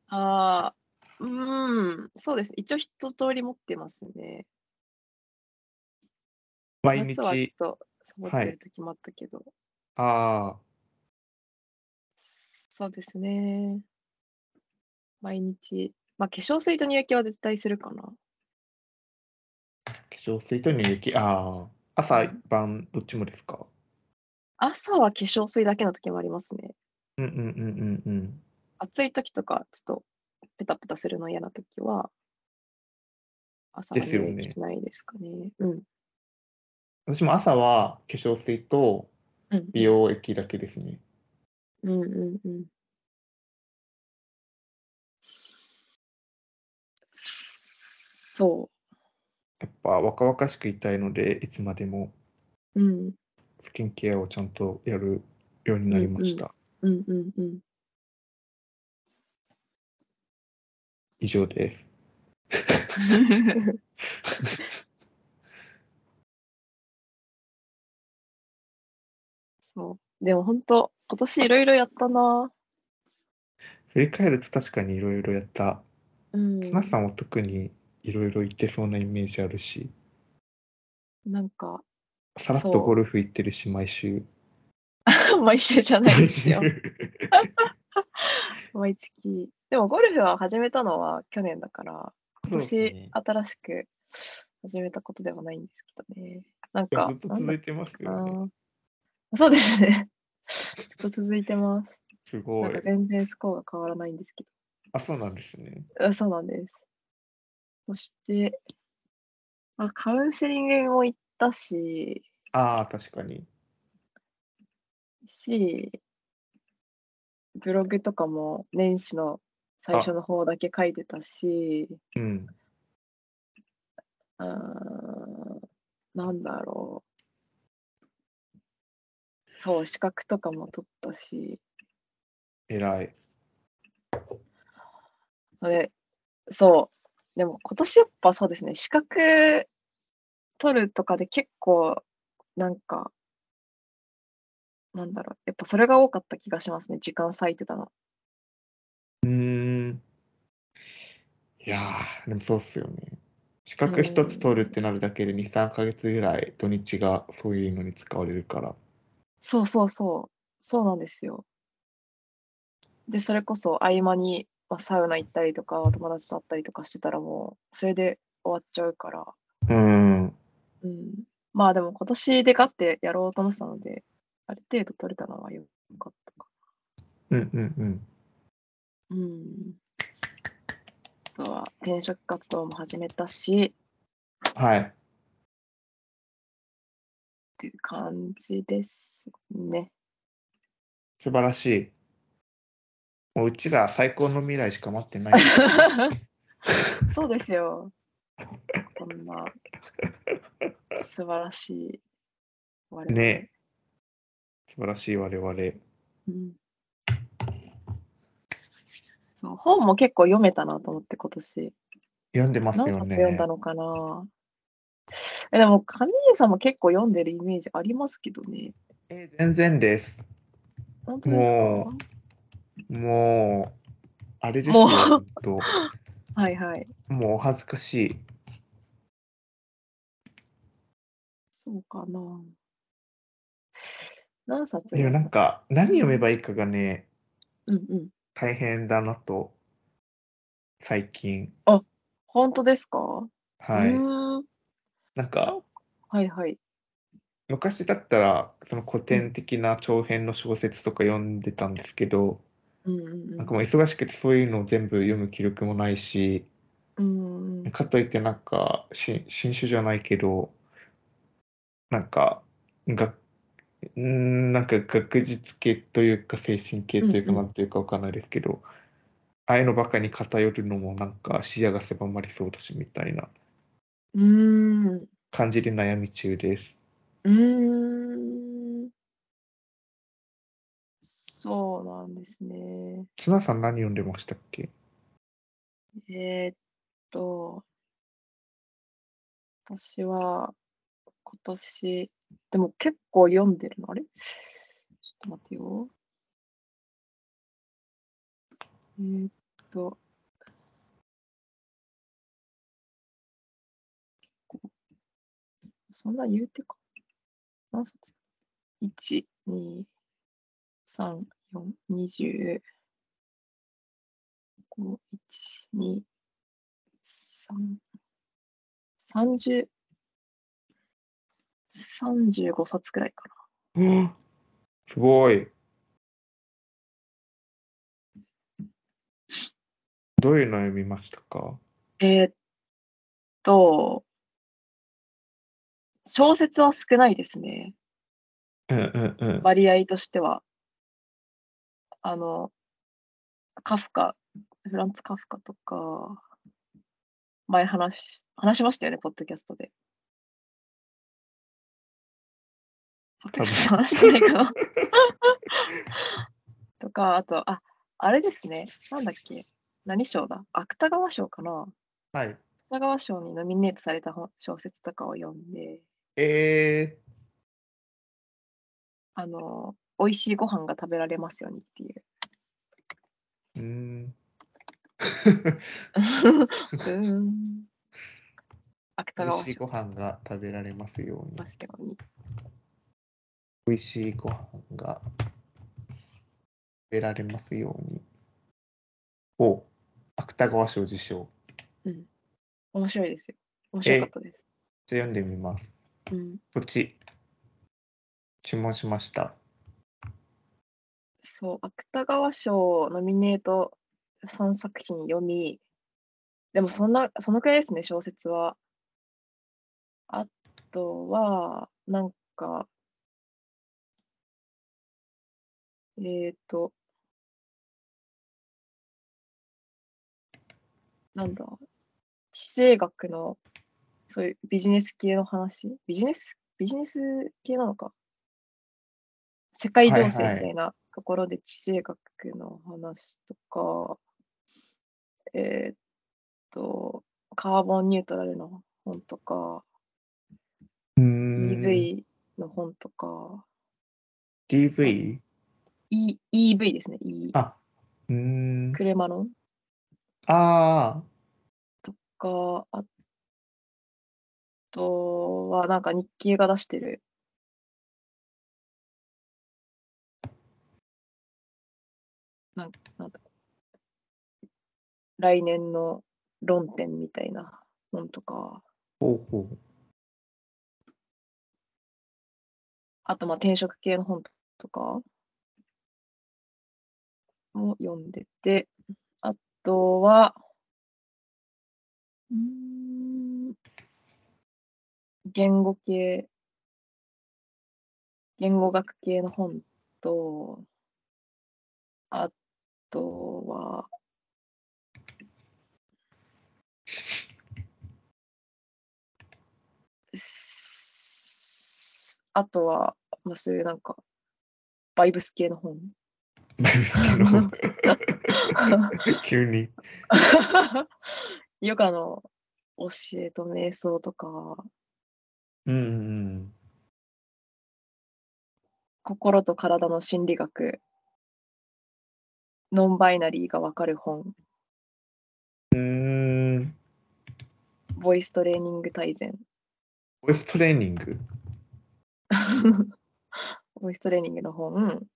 Speaker 2: ああ、うーん、そうです。一応一通り持ってますね。
Speaker 1: 毎
Speaker 2: 夏はち
Speaker 1: 日、
Speaker 2: ょっとサボっ
Speaker 1: は
Speaker 2: て
Speaker 1: い
Speaker 2: る時もあったけど、
Speaker 1: ああ、
Speaker 2: そうですね。毎日、まあ化粧水と乳液は絶対するかな。
Speaker 1: 化粧水と乳液、ああ、朝晩どっちもですか。
Speaker 2: 朝は化粧水だけの時もありますね。
Speaker 1: うんうんうんうんうん。
Speaker 2: 暑い時とか、ちょっとペタペタするの嫌な時は、朝は
Speaker 1: ですよね
Speaker 2: 乳液しないですかね。うん。
Speaker 1: 私も朝は化粧水と
Speaker 2: うん
Speaker 1: 美容液だけですね。
Speaker 2: うんうんうん。そ
Speaker 1: やっぱ若々しくいたいので、いつまでも
Speaker 2: う。うん
Speaker 1: スキンケアをちゃんとやるようになりました。
Speaker 2: うんうんうん。
Speaker 1: 以上です。
Speaker 2: そう。でも本当、今年いろいろやったな。
Speaker 1: 振り返ると確かにいろいろやった。
Speaker 2: うん。
Speaker 1: 綱さんは特にいろいろ行ってそうなイメージあるし、
Speaker 2: なんか、
Speaker 1: さらっと
Speaker 2: そう
Speaker 1: ゴルフ行ってるし、毎週。
Speaker 2: 毎週じゃないで
Speaker 1: [laughs]
Speaker 2: すよ。毎月。でもゴルフは始めたのは去年だから、
Speaker 1: そう
Speaker 2: 今
Speaker 1: です
Speaker 2: 年
Speaker 1: ね
Speaker 2: 新しく始めたことではないんですけどね。なん
Speaker 1: いや
Speaker 2: か
Speaker 1: ずっ、と
Speaker 2: なん
Speaker 1: 続
Speaker 2: だっ
Speaker 1: いてます
Speaker 2: けな
Speaker 1: よね。
Speaker 2: そうですね。ずっと続いてます。
Speaker 1: すご
Speaker 2: なん
Speaker 1: い
Speaker 2: か。全然スコアが変わらないんですけ
Speaker 1: あ、そうなんですね。
Speaker 2: ど。あそうなんです。そして、まあ、カウンセリングも行ったし、
Speaker 1: ああ、確かに。
Speaker 2: し、ブログとかも年始の最初の方だけ書いてたし、
Speaker 1: うん。
Speaker 2: あーなんだろう。そう、資格とかも取ったし、
Speaker 1: 偉い。
Speaker 2: あれ、そう。でも今年やっぱそうですね、資格取るとかで結構、なんか、なんだろう、やっぱそれが多かった気がしますね、時間割いてたら。
Speaker 1: うーん。いやー、でもそうっすよね。資格一つ取るってなるだけで2、3ヶ月ぐらい土日がそういうのに使われるから。
Speaker 2: そうそうそう、そうなんですよ。で、それこそ合間に、まあ、サウナ行ったりとか、友達と会ったりとかしてたらもう、それで終わっちゃうから、
Speaker 1: うーん。
Speaker 2: うん。まあでも今年でガってやろうと思ってたので、ある程度取れたのは良かったか。
Speaker 1: うんうんうん。
Speaker 2: うん。あとは転職活動も始めたし、
Speaker 1: はい。
Speaker 2: っていう感じですね。
Speaker 1: 素晴らしい。もううちら最高の未来しか待って
Speaker 2: [laughs]
Speaker 1: ない。
Speaker 2: そうですよ。こんな素晴らしい我々。
Speaker 1: ね。素晴らしい我々。
Speaker 2: うんそう本も結構読めたなと思って今年。
Speaker 1: 読んでます
Speaker 2: 何
Speaker 1: よ
Speaker 2: 冊
Speaker 1: ね。
Speaker 2: 読んだのかなえでも、神谷さんも結構読んでるイメージありますけどね。
Speaker 1: えー全然です。
Speaker 2: 本当です
Speaker 1: ももう、あれです
Speaker 2: も
Speaker 1: よ。
Speaker 2: う
Speaker 1: ほんと
Speaker 2: かはいはい。
Speaker 1: もうお恥ずかしい。
Speaker 2: そうかな。何冊
Speaker 1: いや、なんか、何読めばいいかがね、
Speaker 2: うんうん。
Speaker 1: 大変だなと、最近。
Speaker 2: 本当ですかは
Speaker 1: はい。
Speaker 2: ん
Speaker 1: なんか、
Speaker 2: はいはい。
Speaker 1: 昔だったら、その古典的な長編の小説とか読んでたんですけど、
Speaker 2: うんうん
Speaker 1: なんかもう忙しくてそういうのを全部読む気力もないし、
Speaker 2: うん。うん
Speaker 1: かといってなんか、し新種じゃないけど、なんか、がうーんなんか学術系というか精神系というか
Speaker 2: うんう
Speaker 1: なんんていうかわかんないですけど、ああいうのばかりに偏るのもなんか視野が狭まりそうだしみたいな
Speaker 2: うん。うーん。
Speaker 1: 感じで悩み中です。
Speaker 2: うーん。そうなんですね。
Speaker 1: 綱さん何読んでましたっけ
Speaker 2: えーっと、私は今年、でも結構読んでるの、あれちょっと待ってよ。えーっと、結構そんな言うてか。何冊 ?1、2、3、4、20、5、1、2、3、30、35冊くらいか
Speaker 1: すごい。どういうの読みましたか
Speaker 2: な。えーっと、小説は少ないですね。
Speaker 1: うんうんうん。
Speaker 2: 割合としては。あの、カフカ、フランツ・カフカとか、前話し、話しましたよね、ポッドキャストで。ポッドキャストで話してないかな [laughs] とか、あと、あ、あれですね。なんだっけ。何賞だ芥川賞かな
Speaker 1: はい。
Speaker 2: 芥川賞にノミネートされた本小説とかを読んで、
Speaker 1: え
Speaker 2: あの、美味しいご飯が食べられますようにっていう。
Speaker 1: ー、うーん。
Speaker 2: うーん。
Speaker 1: 美
Speaker 2: 芥川
Speaker 1: 味しい
Speaker 2: 賞
Speaker 1: ご飯が食べられますように
Speaker 2: で。すけどに。
Speaker 1: 美味しいご飯が食べられますように。お芥川賞受賞。
Speaker 2: 面白いですよ。面白かったです。
Speaker 1: じゃあ読んでみます。
Speaker 2: うん。
Speaker 1: こっち。注文しました。
Speaker 2: そう、芥川賞ノミネート3作品読み、でもそんな、そのくらいですね、小説は。あとは、なんか、えーと、なんだ、地政学のそういうビジネス系の話、ビジネス、ビジネス系なのか。世界情勢み
Speaker 1: はいはい
Speaker 2: たいなところで地政学の話とか、えーっと、カーボンニュートラルの本とか、
Speaker 1: うーん。
Speaker 2: EV の本とか、
Speaker 1: DV?
Speaker 2: e、EV ですね、E。
Speaker 1: あ、うーん。
Speaker 2: 車の
Speaker 1: ああ、
Speaker 2: が、あとは、なんか日経が出してる。なんなんだ来年の論点みたいな本とか、
Speaker 1: ほうほう。 [laughs]
Speaker 2: あとまあ転職系の本とかも読んでて、あとは、うーん、言語系、言語学系の本と、あとは、すあとは、まあ、そういうなんか、バイブス系の本。
Speaker 1: 急に。
Speaker 2: [laughs] ヨガの教えと瞑想とか、
Speaker 1: うんうん
Speaker 2: 心と体の心理学、ノンバイナリーがわかる本、
Speaker 1: うん。うーん。
Speaker 2: ボイストレーニング大全、
Speaker 1: ボイストレーニング。
Speaker 2: [laughs] ボイストレーニングの本、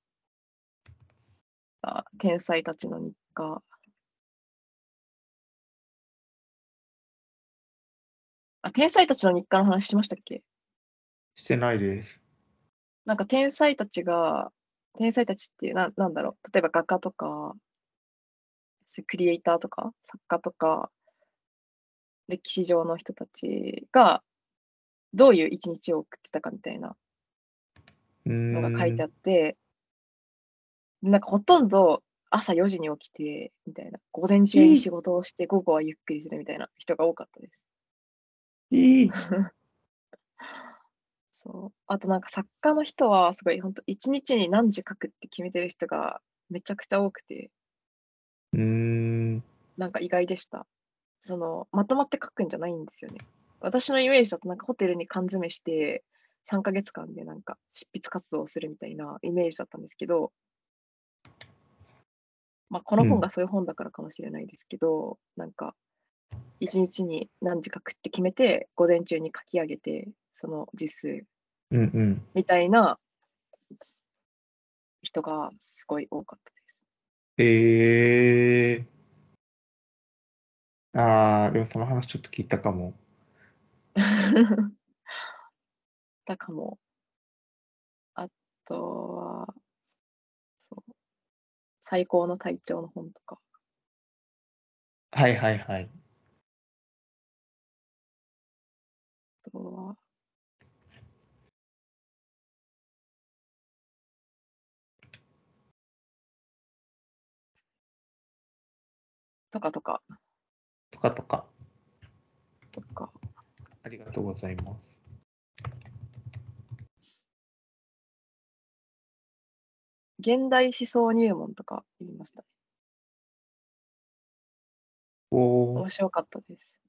Speaker 2: あ天才たちの日課、あ、天才たちの日課の話しましたっけ
Speaker 1: してないです。
Speaker 2: なんか天才たちが、天才たちっていう、ななんだろう、例えば画家とか、そういうクリエイターとか、作家とか、歴史上の人たちが、どういう一日を送ってたかみたいな
Speaker 1: うー
Speaker 2: のが書いてあ
Speaker 1: ん。
Speaker 2: って、なんかほとんど朝4時に起きて、みたいな、午前中に仕事をして、午後はゆっくりするみたいな人が多かったです。 [laughs]
Speaker 1: いい。
Speaker 2: そう。あとなんか作家の人はすごい本当一日に何時書くって決めてる人がめちゃくちゃ多くて、
Speaker 1: うーん。
Speaker 2: なんか意外でした。そのまとまって書くんじゃないんですよね。私のイメージだとなんかホテルに缶詰して3ヶ月間でなんか執筆活動をするみたいなイメージだったんですけど、まあこ
Speaker 1: う
Speaker 2: の本
Speaker 1: ん
Speaker 2: がそういう本だからかもしれないですけど、なんか一日に何時書くって決めて午前中に書き上げてその字数
Speaker 1: うんうん。
Speaker 2: みたいな人がすごい多かったです。
Speaker 1: えー。ああ、でもその話ちょっと聞いたかも。
Speaker 2: だかも。あとは、そう。最高の体調の本とか。
Speaker 1: はいはいはい。
Speaker 2: あとは、とかとか
Speaker 1: とかとか。
Speaker 2: とか。
Speaker 1: ありがとうございます。
Speaker 2: 現代思想入門とか言いました。
Speaker 1: おー
Speaker 2: 面白かったです。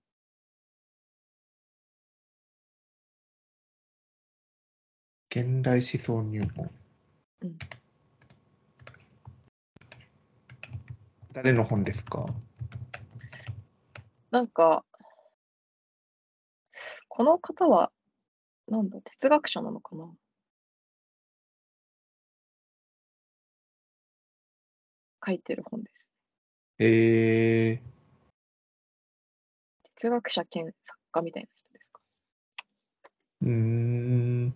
Speaker 1: 現代思想入門。
Speaker 2: うん
Speaker 1: 誰の本ですか
Speaker 2: なんか、この方は、なんだ、哲学者なのかな書いてる本です。
Speaker 1: えー、
Speaker 2: 哲学者兼作家みたいな人ですか。
Speaker 1: うーん。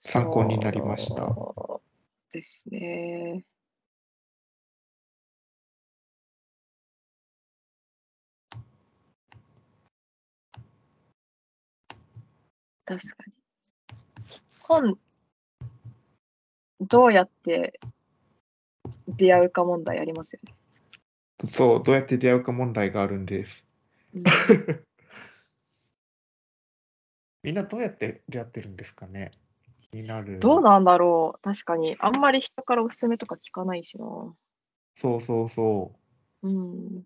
Speaker 1: 参考になりました
Speaker 2: そうですね。確かに。本、どうやって出会うか問題ありますよね。
Speaker 1: そう、どうやって出会うか問題があるんです。
Speaker 2: うん
Speaker 1: みんなどうやって出会ってるんですかね気になる。
Speaker 2: どうなんだろう確かに。あんまり人からおすすめとか聞かないしな。
Speaker 1: そうそうそう。
Speaker 2: うん。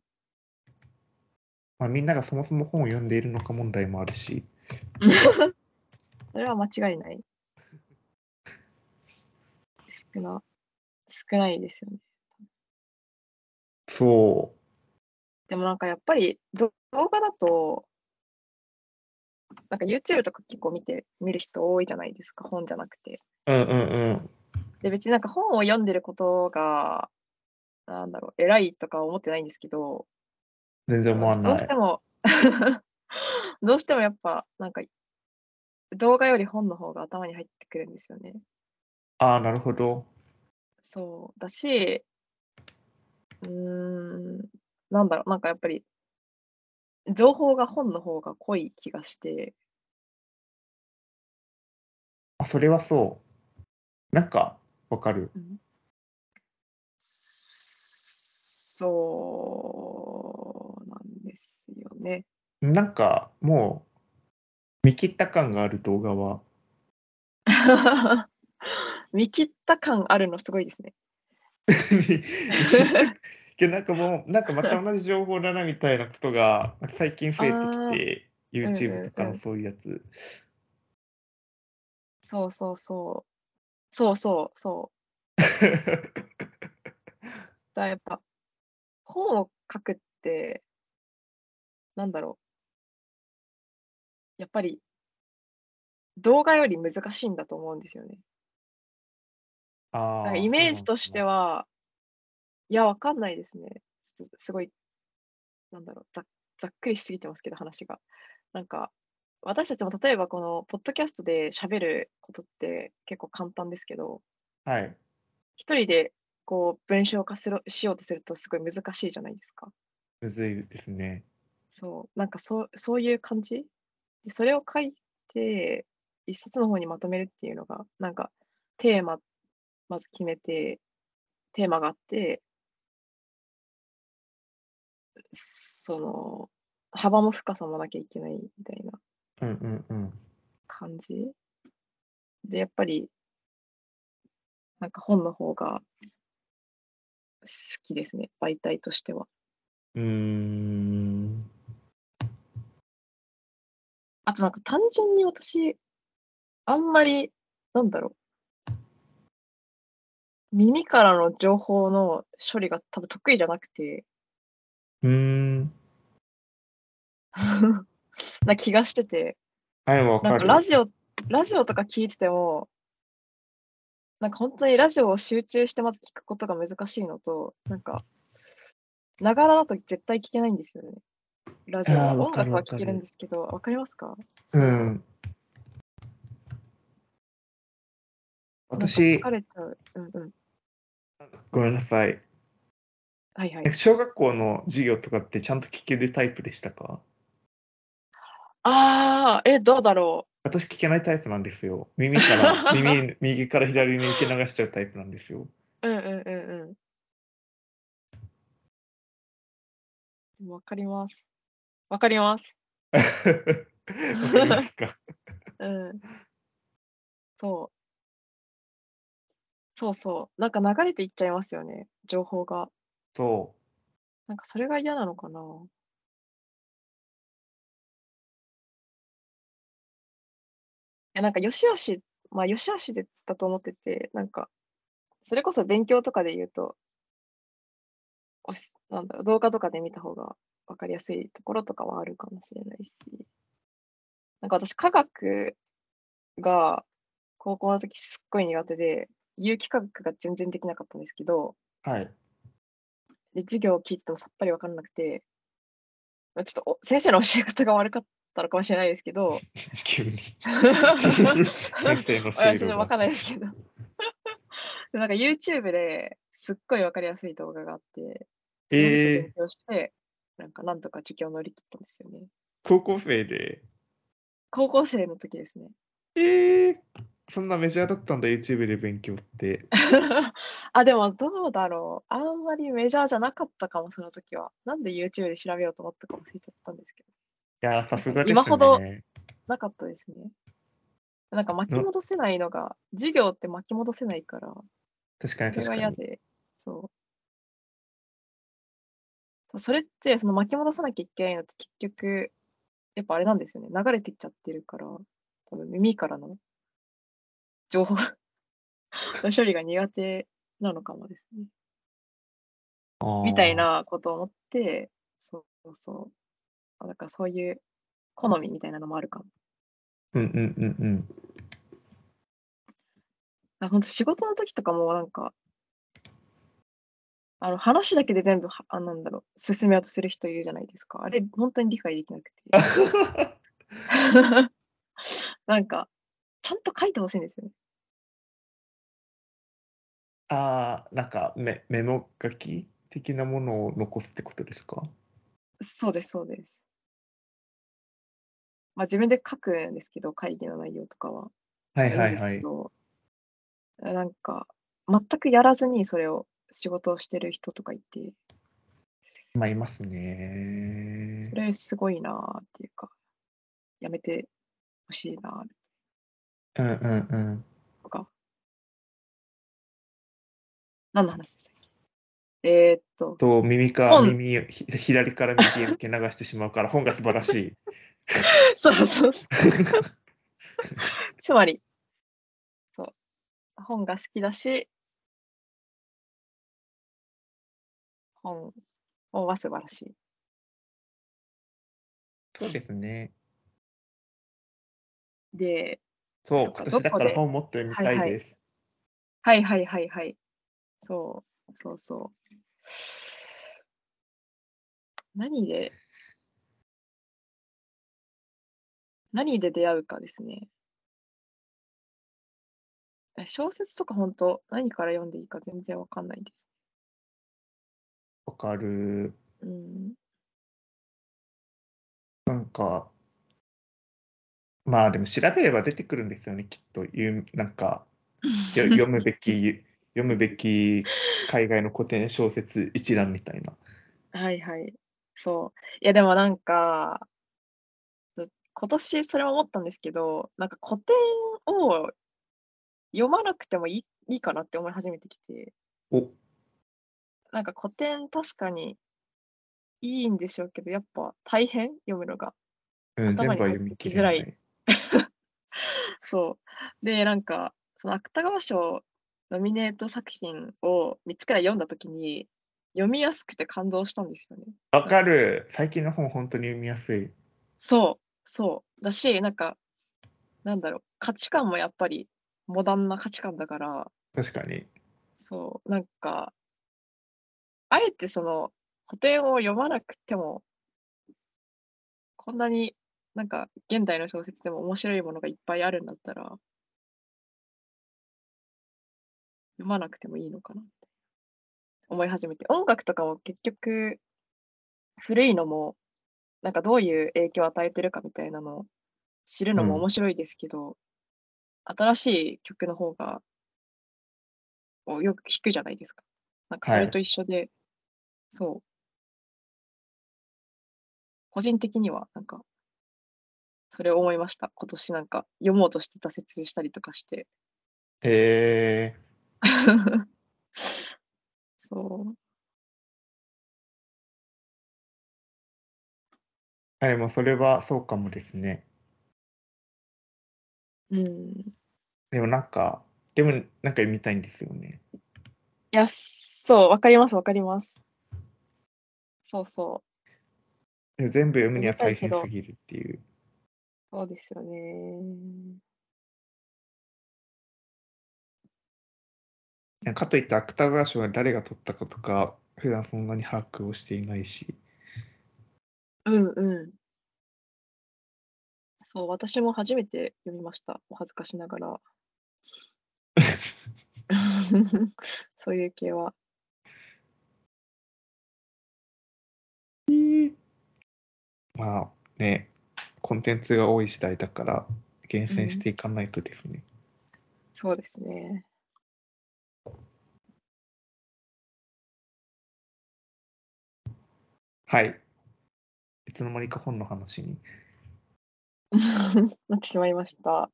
Speaker 1: まあ、みんながそもそも本を読んでいるのか問題もあるし。
Speaker 2: それは間違いない。少な、少ないですよね。
Speaker 1: そ
Speaker 2: でもなんかやっぱりど動画だと、なんか YouTube とか結構見て、見る人多いじゃないですか、本じゃなくて。
Speaker 1: う。うんうんうん。
Speaker 2: で、別になんか本を読んでることが、なんだろう、偉いとか思ってないんですけど、
Speaker 1: 全然思わ
Speaker 2: ど
Speaker 1: な
Speaker 2: うし
Speaker 1: い
Speaker 2: て。も [laughs] どうしてもやっぱなんか動画より本の方が頭に入ってくるんですよね。
Speaker 1: ああ、なるほど。
Speaker 2: そうだしうーんなんだろうなんかやっぱり情報が本の方が濃い気がして
Speaker 1: あ、それはそう。なんか、わかる。
Speaker 2: そうなんですよね。 [laughs]
Speaker 1: なんか、もう、見切った感がある動画 [laughs] は、
Speaker 2: 見切った感あるのすごいですね。 [laughs]
Speaker 1: けどなんかもう、なんかまた同じ情報だなみたいなことが、なんか最近増えてきて、
Speaker 2: ーうんうん
Speaker 1: YouTube とか
Speaker 2: う
Speaker 1: の
Speaker 2: ん
Speaker 1: そういうやつ。 [laughs]
Speaker 2: そうそうそうそうそうそうだからやっぱ本を書くってなんだろうやっぱり動画より難しいんだと思うんですよね。
Speaker 1: あー
Speaker 2: だからイメージとして、はいやわかんないですね。ちょっとすごいなんだろうざざっくりしすぎてますけど話が。なんか私たちも例えばこのポッドキャストで喋ることって結構簡単ですけど
Speaker 1: そうなんだはい。
Speaker 2: 一人でこう文章化するしようとするとすごい難しいじゃないですか。
Speaker 1: むずいですね。
Speaker 2: そう、なんかそうそういう感じで、それを書いて、一冊の方にまとめるっていうのが、なんかテーマ、まず決めて、テーマがあって、その、幅も深さもなきゃいけないみたいな
Speaker 1: うんうんうん。
Speaker 2: 感じで、やっぱり、なんか本の方が好きですね、媒体としては。
Speaker 1: うーん。
Speaker 2: あとなんか単純に私、あんまり、なんだろう。耳からの情報の処理が多分得意じゃなくて、 [laughs]
Speaker 1: うーん。
Speaker 2: な気がしてて、
Speaker 1: はい、わ
Speaker 2: な
Speaker 1: か
Speaker 2: んか
Speaker 1: る。
Speaker 2: ラジオ、ラジオとか聞いてても、なんか本当にラジオを集中してまず聞くことが難しいのと、なんか、ながらだと絶対聞けないんですよね。ラジオ
Speaker 1: あ
Speaker 2: は。
Speaker 1: ーわ
Speaker 2: 音
Speaker 1: かる
Speaker 2: 楽は
Speaker 1: わかる
Speaker 2: 聞けるんですけど、わかりますか
Speaker 1: うん。
Speaker 2: なんか
Speaker 1: 私、
Speaker 2: 疲れちゃう。うんうん。
Speaker 1: ごめんなさい。
Speaker 2: はいはい
Speaker 1: え。小学校の授業とかってちゃんと聞けるタイプでしたか
Speaker 2: ああ、え、どうだろう。
Speaker 1: 私聞けないタイプなんですよ。耳
Speaker 2: [laughs]
Speaker 1: から、耳、右から左に受け流しちゃうタイプなんですよ。 [laughs]
Speaker 2: うんうんうんうん。でもわかります。わかります。
Speaker 1: わかりますか
Speaker 2: うん。そう。そうそう。なんか流れていっちゃいますよね。情報が。
Speaker 1: そ
Speaker 2: なんかそれが嫌なのかな。え、なんかよしあし、まあよしあしでだと思ってて、なんか、それこそ勉強とかで言うと、おし、なんだろう、動画とかで見た方が分かりやすいところとかはあるかもしれないし、なんか私、科学が高校の時すっごい苦手で、有機化学が全然できなかったんですけど、
Speaker 1: う。はい。
Speaker 2: で、授業を聞いててもさっぱり分からなくて、まあちょっとお先生の教え方が悪かったのかもしれないですけど、
Speaker 1: 急に。先
Speaker 2: 先
Speaker 1: 生の教え
Speaker 2: 私
Speaker 1: 子
Speaker 2: [laughs] の分か
Speaker 1: が。
Speaker 2: んないですけど。 [laughs] でなんか YouTube ですっごいわかりやすい動画があって、
Speaker 1: ええ
Speaker 2: 勉強して、なんかなんとか授業を乗り切ったんですよね。
Speaker 1: 高校生で。
Speaker 2: 高校生の時ですね。 [laughs]
Speaker 1: ええそんなメジャーだったんだ、YouTube で勉強って。
Speaker 2: あ、でもどうだろう。あんまりメジャーじゃなかったかも、その時は。なんで YouTube で調べようと思ったか忘れちゃったんですけど。
Speaker 1: いやー、さすがですね。
Speaker 2: 今ほどなかったですね。なんか巻き戻せないのが、授業って巻き戻せないから、
Speaker 1: 確かに
Speaker 2: そ
Speaker 1: 確
Speaker 2: れが
Speaker 1: か
Speaker 2: 嫌
Speaker 1: に。
Speaker 2: で、そう。そうそれって、その巻き戻さなきゃいけないのって結局、やっぱあれなんですよね。流れてっちゃってるから、多分耳からの情報の処理が苦手なのかもですね。みたい
Speaker 1: あー。
Speaker 2: なことを思って、そうそうそうあ。だからそういう好みみたいなのもあるかも。
Speaker 1: うんうんうんうん。
Speaker 2: あ本当仕事の時とかもなんか、あの話だけで全部はあ、なんだろう、進めようとする人いるじゃないですか。あれ、本当に理解できなくて。
Speaker 1: [laughs]
Speaker 2: なんか、ちゃんと書いてほしいんですよね。
Speaker 1: ああ、なんかメメモ書き的なものを残すってことですか
Speaker 2: そうです、そうです。まあ自分で書くんですけど、会議の内容とかは。
Speaker 1: はいはい
Speaker 2: いいん
Speaker 1: は
Speaker 2: です
Speaker 1: い
Speaker 2: け。どなんか、全くやらずにそれを仕事をしてる人とかいて、
Speaker 1: まあ、いますね
Speaker 2: そ。れすごいなあっていうか、やめてほしいなあ
Speaker 1: うんうんうん。
Speaker 2: とか。何の話でしたっけえー、っと、
Speaker 1: と、耳か
Speaker 2: 本
Speaker 1: 耳、ひ左から右へ受け流してしまうから、本が素晴らし
Speaker 2: [laughs]
Speaker 1: い。
Speaker 2: そうそうそう。つまり、そう。本が好きだし、本、本は素晴らしい。
Speaker 1: そうですね。
Speaker 2: で、
Speaker 1: そう、
Speaker 2: そっか
Speaker 1: 今年だか
Speaker 2: どこ
Speaker 1: ら
Speaker 2: で
Speaker 1: 本持ってみた
Speaker 2: はいはいい
Speaker 1: です。
Speaker 2: はいはいはいはい。そう、そうそう。何で、何で出会うかですね。え小説とか本当、何から読んでいいか全然わかんないです。
Speaker 1: わかる。
Speaker 2: うん。
Speaker 1: なんか、まあでも調べれば出てくるんですよね、きっと。ゆなんか、
Speaker 2: [laughs]
Speaker 1: よ読むべき、読むべき海外の古典小説一覧みたいな。
Speaker 2: はいはい。そう。いやでもなんか、ず今年それも思ったんですけど、なんか古典を読まなくてもいいいいかなって思い始めてきて、
Speaker 1: お、
Speaker 2: なんか古典確かにいいんでしょうけど、やっぱ大変読むのが。
Speaker 1: うん、全
Speaker 2: 頭
Speaker 1: 部は
Speaker 2: に
Speaker 1: 読み切れ
Speaker 2: 入ってきづらそう。で、なんか、その芥川賞ノミネート作品を3つくらい読んだときに、読みやすくて感動したんですよね。
Speaker 1: わかる。最近の本、本当に読みやすい。
Speaker 2: そう、そう。だし、なんか、なんだろう、価値観もやっぱりモダンな価値観だから、
Speaker 1: 確かに。
Speaker 2: そう、なんか、あえてその古典を読まなくても、こんなになんか現代の小説でも面白いものがいっぱいあるんだったら、読まなくてもいいのかなって思い始めて。音楽とかも結局、古いのも、なんかどういう影響を与えてるかみたいなのを知るのも
Speaker 1: うん
Speaker 2: 面白いですけど、新しい曲の方が、をよく聞くじゃないですか。なんかそ
Speaker 1: は
Speaker 2: れ
Speaker 1: い
Speaker 2: と一緒で、そう。個人的には、なんか、それを思いました。今年なんか、読もうとして挫折したりとかして。 [laughs]
Speaker 1: へえ。
Speaker 2: そう。
Speaker 1: あ、でもそれはそうかもですね。
Speaker 2: うん。い
Speaker 1: でもなんか、でもなんか読みたいんですよね。
Speaker 2: や、そう、わかります、わかります。そうそう。
Speaker 1: でも全部読むには
Speaker 2: 読
Speaker 1: 大
Speaker 2: みたいけ
Speaker 1: 変
Speaker 2: ど
Speaker 1: すぎるっていう。
Speaker 2: そうですよね。
Speaker 1: かといって芥川賞が誰が取ったかとか、普段そんなに把握をしていないし。
Speaker 2: うんうん。 [laughs] そう、私も初めて読みました。お恥ずかしながら。そういう系は。
Speaker 1: まあね、コンテンツが多い時代だから、厳選していかないとですね。
Speaker 2: そうですね。 [laughs]
Speaker 1: はい。いつの間にか本の話に。
Speaker 2: なってしまいました。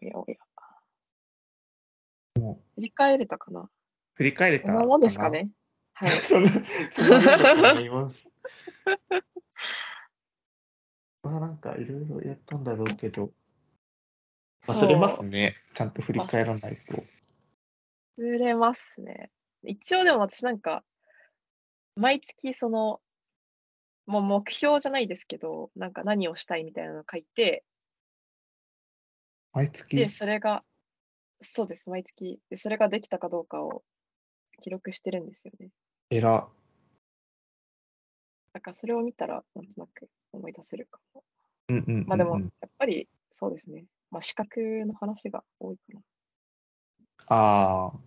Speaker 2: おやおや。振り返れたかな
Speaker 1: 振り返れた
Speaker 2: こんなもんですかねはい。
Speaker 1: [laughs] そんな、そんなもんだと思います。 [laughs] まあなんかいろいろやったんだろうけど、忘れますね。ちゃんと振り返らないと。
Speaker 2: 忘れますね。一応でも私なんか、毎月その、もう目標じゃないですけど、なんか何をしたいみたいなの書いて、
Speaker 1: 毎
Speaker 2: で、
Speaker 1: 月、
Speaker 2: それが、そうです、毎月。で、それができたかどうかを記録してるんですよね。
Speaker 1: えら、
Speaker 2: だからそれを見たら、なんとなく思い出せるかも。
Speaker 1: うんうんうんうん
Speaker 2: まあでも、やっぱりそうですね。まあ、資格の話が多いかな。
Speaker 1: ああ、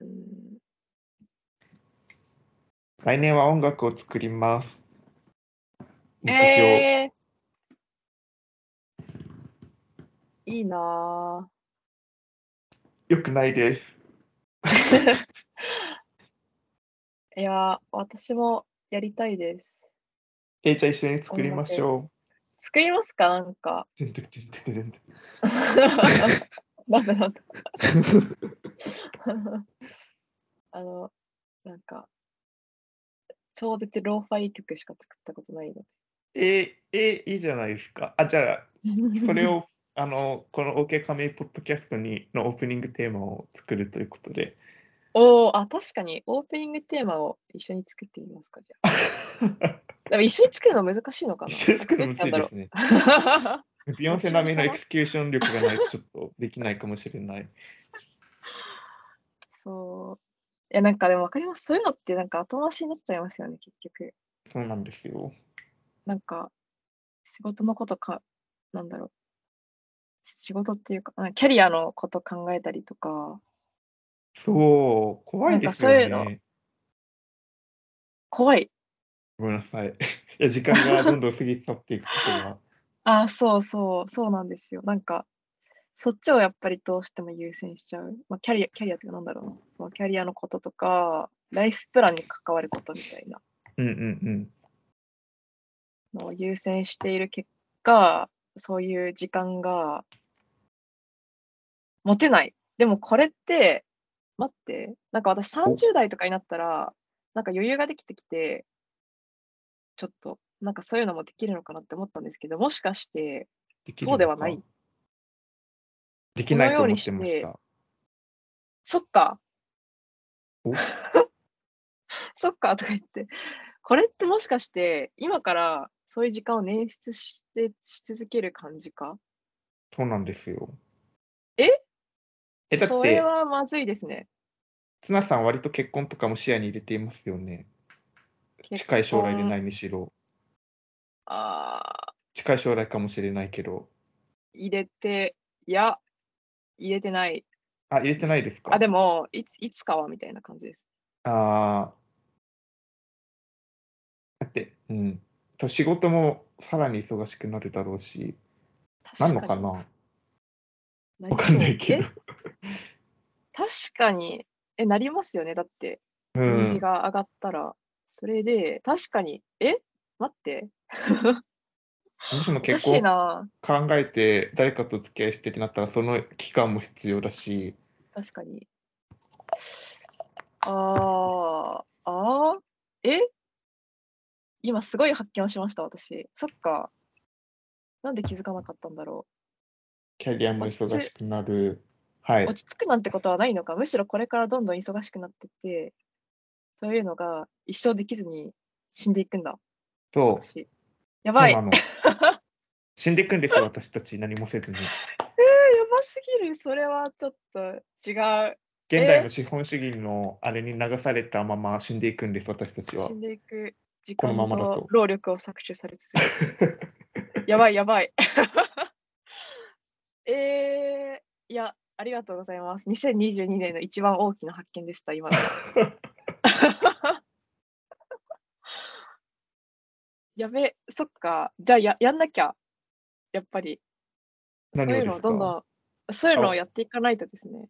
Speaker 2: うん、
Speaker 1: 来年は音楽を作ります。目標、
Speaker 2: えー、いいな
Speaker 1: よくないです。
Speaker 2: ぁ。いやー、私もやりたいです。
Speaker 1: えー、じゃあ一緒に作りましょ
Speaker 2: 作りますかなんか。 [laughs]
Speaker 1: う。てんてんてんてんてんてん
Speaker 2: なんだなんだ。 [laughs] あの、なんか、超絶ローファイ曲しか作ったことないの
Speaker 1: えー、えー、いいじゃないですか。あ、じゃあ、
Speaker 2: で。
Speaker 1: それを、あの、この OK 亀井ポッドキャストにのオープニングテーマを作るということ
Speaker 2: [laughs]
Speaker 1: で。
Speaker 2: [laughs] おお、あ、確かに、オープニングテーマを一緒に作ってみますか、じゃあ。でも一緒に作るの難しいのかな
Speaker 1: 一緒に作るのむずいですね。
Speaker 2: [laughs]
Speaker 1: ビヨンセ並みのエクスキューション力がないとちょっとできないかもしれない。
Speaker 2: そう。いや、なんかでも分かります。そういうのってなんか後回しになっちゃいますよね、結局。
Speaker 1: そうなんですよ。
Speaker 2: なんか、仕事のことか、なんだろう。仕事っていうか、なんかキャリアのこと考えたりとか、
Speaker 1: そう、怖いですよ
Speaker 2: なんかそうい
Speaker 1: ね。
Speaker 2: 怖い。
Speaker 1: ごめんなさい。い [laughs] や、時間がどんどん過ぎ去っていくことが。
Speaker 2: ああ、そうそう、そうなんですよ。なんか、そっちをやっぱりどうしても優先しちゃう。まあ、キャリア、キャリアっていうかなんだろうな。そのキャリアのこととか、ライフプランに関わることみたいな
Speaker 1: うんうん
Speaker 2: のを優先している結果、そういう時間が持てない。でもこれって、待って、なんか私30代とかになったら、なんか余裕ができてきて、ちょっと、なんかそういうのもできるのかなって思ったんですけど、もしかして、
Speaker 1: うん。きるのか
Speaker 2: そうではない。
Speaker 1: できないと思ってました。
Speaker 2: そっか
Speaker 1: お。
Speaker 2: [laughs] そっかとか言って、これってもしかして、今からそういう時間を捻出してし続ける感じか
Speaker 1: そうなんですよ。
Speaker 2: え
Speaker 1: え、だっ
Speaker 2: それ
Speaker 1: て、
Speaker 2: はまずいですね。。
Speaker 1: 綱さん割と結婚とかも視野に入れていますよね。近い将来でないいにしろ。
Speaker 2: あ
Speaker 1: 近い将来かもしれないけど。
Speaker 2: ー入れて、いや、入れてない。
Speaker 1: あ、入れてないですか
Speaker 2: あ、でも、いついつかはみたいな感じです。
Speaker 1: あーだって、うん。と仕事もさらに忙しくなるだろうし、なんのか
Speaker 2: 確に
Speaker 1: なわ
Speaker 2: なりそう
Speaker 1: かんないけど
Speaker 2: え。確かに、え、なりますよね。だって、
Speaker 1: う
Speaker 2: 人
Speaker 1: ん
Speaker 2: 気。が上がったら、それで、確かに、え待って、
Speaker 1: もしも
Speaker 2: おか
Speaker 1: 結
Speaker 2: しい
Speaker 1: 婚
Speaker 2: な。
Speaker 1: 考えて誰かと付き合いしてってなったら、その期間も必要だし、
Speaker 2: 確かに。あー、あー、え今すごい発見をしました、私。そっか。なんで気づかなかったんだろ
Speaker 1: キャリアも
Speaker 2: 落ち着
Speaker 1: 忙しくなる。は
Speaker 2: う。
Speaker 1: い
Speaker 2: 落。ち着くなんてことはないのか。むしろこれからどんどん忙しくなってって、そういうのが一生できずに死んでいくんだ、
Speaker 1: そう。
Speaker 2: 私。やばい。
Speaker 1: そう
Speaker 2: え
Speaker 1: なの。
Speaker 2: [laughs]
Speaker 1: 死んでいくんですよ、私たち何もせずに。
Speaker 2: ー、やばすぎる。それはちょっと違う。
Speaker 1: 現代の資本主義のあれに流されたまま死んでいくんです、私たちは
Speaker 2: 死。んでいく時
Speaker 1: この
Speaker 2: 間
Speaker 1: ままだと
Speaker 2: と労力を搾取され続
Speaker 1: [laughs]
Speaker 2: [laughs] ける。やばいやばい。えー、いや、ありがとうございます。2022年の一番大きな発見でした、今
Speaker 1: [laughs]
Speaker 2: の。やべ、そっか。じゃあや、やんなきゃ。やっぱり。そう
Speaker 1: 何
Speaker 2: い
Speaker 1: をで
Speaker 2: うのを
Speaker 1: す
Speaker 2: どんど
Speaker 1: か
Speaker 2: ん、そういうのを
Speaker 1: あ
Speaker 2: やっていかないとですね、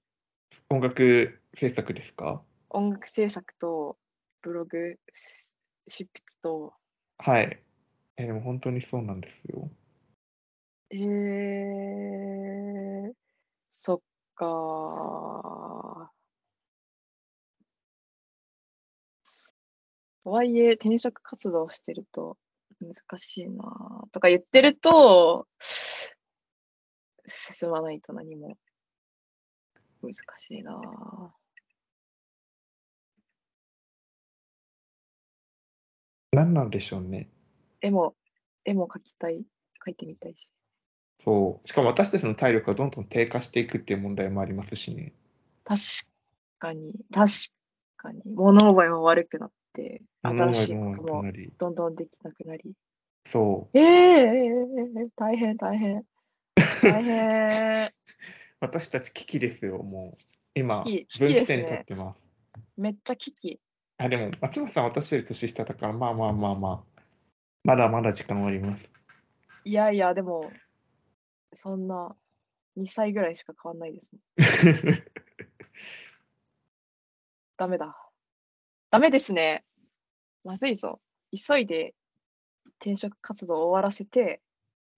Speaker 1: 音楽制作ですか
Speaker 2: 音楽制作とブログし執筆と、
Speaker 1: はい。え、でも本当にそうなんですよ。
Speaker 2: えー、そっか。とはいえ、転職活動をしてると難しいなとか言ってると、進まないと何も難しいな
Speaker 1: 何なんでしょうね。
Speaker 2: 絵も、絵も描きたい、描いてみたいし。
Speaker 1: そう。しかも私たちの体力がどんどん低下していくっていう問題もありますしね。
Speaker 2: 確かに、確かに、物覚えも悪くなって、
Speaker 1: 物
Speaker 2: 新
Speaker 1: 覚
Speaker 2: し
Speaker 1: え
Speaker 2: いこ
Speaker 1: も
Speaker 2: と
Speaker 1: 悪く
Speaker 2: も
Speaker 1: なり。
Speaker 2: どんどんできなくなり。
Speaker 1: そう。
Speaker 2: ええええええ大変、大変、大変。
Speaker 1: 私たち危機ですよ、もう。今
Speaker 2: 危機、
Speaker 1: 分
Speaker 2: 危
Speaker 1: 岐
Speaker 2: 機です
Speaker 1: 点に
Speaker 2: ね
Speaker 1: 立ってます。
Speaker 2: めっちゃ危機。
Speaker 1: あ、でも、松本さん、私より年下だから、まあまあまあまあ。まだまだ時間はあります。
Speaker 2: いやいや、でも、そんな、2歳ぐらいしか変わんないですね。ダメだ。ダメですね。まずいぞ。急いで転職活動を終わらせて、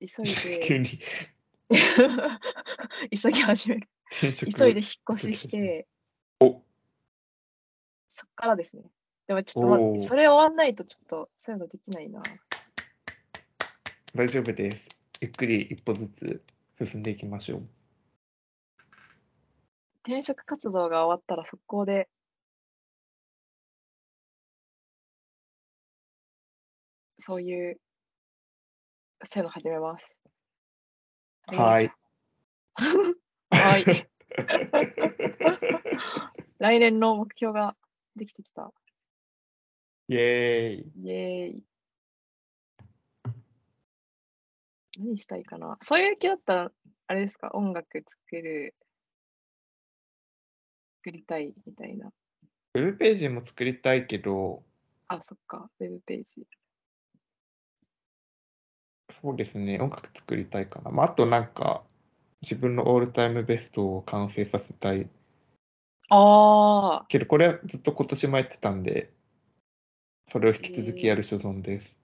Speaker 2: 急
Speaker 1: [laughs]
Speaker 2: い
Speaker 1: 急
Speaker 2: で、 [laughs]
Speaker 1: に
Speaker 2: 急ぎ始める。
Speaker 1: 転職
Speaker 2: 急いで引っ越
Speaker 1: 急ぎ始
Speaker 2: しし
Speaker 1: め
Speaker 2: て、そっからですね。でもちょっと待っ
Speaker 1: お
Speaker 2: て、
Speaker 1: ー
Speaker 2: それ終わんないとちょっとそういうのできないな。
Speaker 1: 大丈夫です。ゆっくり一歩ずつ進んでいきましょう。
Speaker 2: 転職活動が終わったら速攻で。そういう、そういうの始めます。
Speaker 1: は。
Speaker 2: はいはい。来年の目標ができてきた。
Speaker 1: [laughs] イエーイ。
Speaker 2: イエーイ。何したいかな。そういう系だったら、あれですか、音楽作る、作りたいみたいな。
Speaker 1: ウェブページも作りたいけど、
Speaker 2: あ、そっか、ウェブページ。
Speaker 1: そうですね、音楽作りたいかな。まあ、あとなんか、自分のオールタイムベストを完成させたい
Speaker 2: ああ、
Speaker 1: けど、これはずっと今年もやってたんで、それを引き続きやる所存です。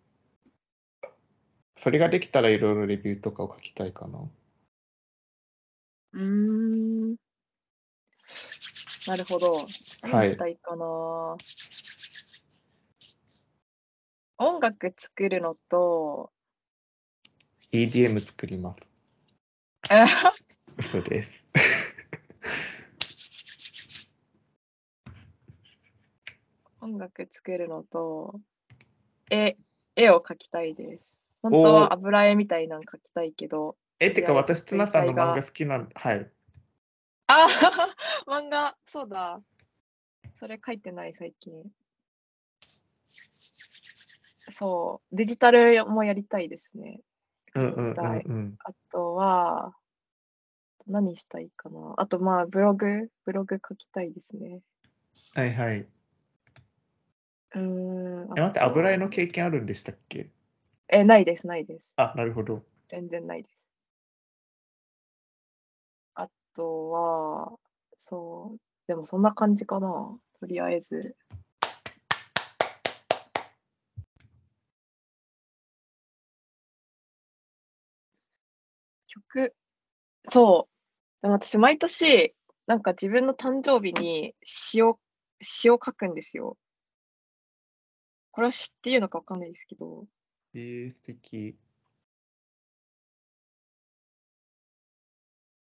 Speaker 1: それができたらいろいろレビューとかを書きたいかな。
Speaker 2: うーん。なるほど。
Speaker 1: は
Speaker 2: 何
Speaker 1: い
Speaker 2: したいかな、音楽作るの [laughs] と、
Speaker 1: EDM 作ります。
Speaker 2: え
Speaker 1: 嘘です。
Speaker 2: 音楽作るのと、絵、絵を描きたいです。本当
Speaker 1: おー
Speaker 2: は油絵みたいなの描きたいけど、
Speaker 1: え、てか
Speaker 2: [laughs] いや
Speaker 1: 私、ツナさんの
Speaker 2: 水彩画
Speaker 1: 漫画好きなんはい。
Speaker 2: あ [laughs] ー漫画、そうだ。それ書いてない、最近。そう、デジタルもやりたいですね。
Speaker 1: うんうんう
Speaker 2: 書きた
Speaker 1: ん
Speaker 2: い
Speaker 1: うん。
Speaker 2: あとは、何したいかな。あと、まあ、ブログ、ブログ書きたいですね。
Speaker 1: はいはい。え、
Speaker 2: うーん。
Speaker 1: 待って、
Speaker 2: あと
Speaker 1: 油絵の経験あるんでしたっけ
Speaker 2: え、ないです、ないです。
Speaker 1: あ、なるほど。
Speaker 2: 全然ないです。あとは、そう、でもそんな感じかな。とりあえず。曲、そう。でも私、毎年、なんか自分の誕生日に詩を、詩を書くんですよ。これは詩っていうのかわかんないですけど。
Speaker 1: えー、素敵。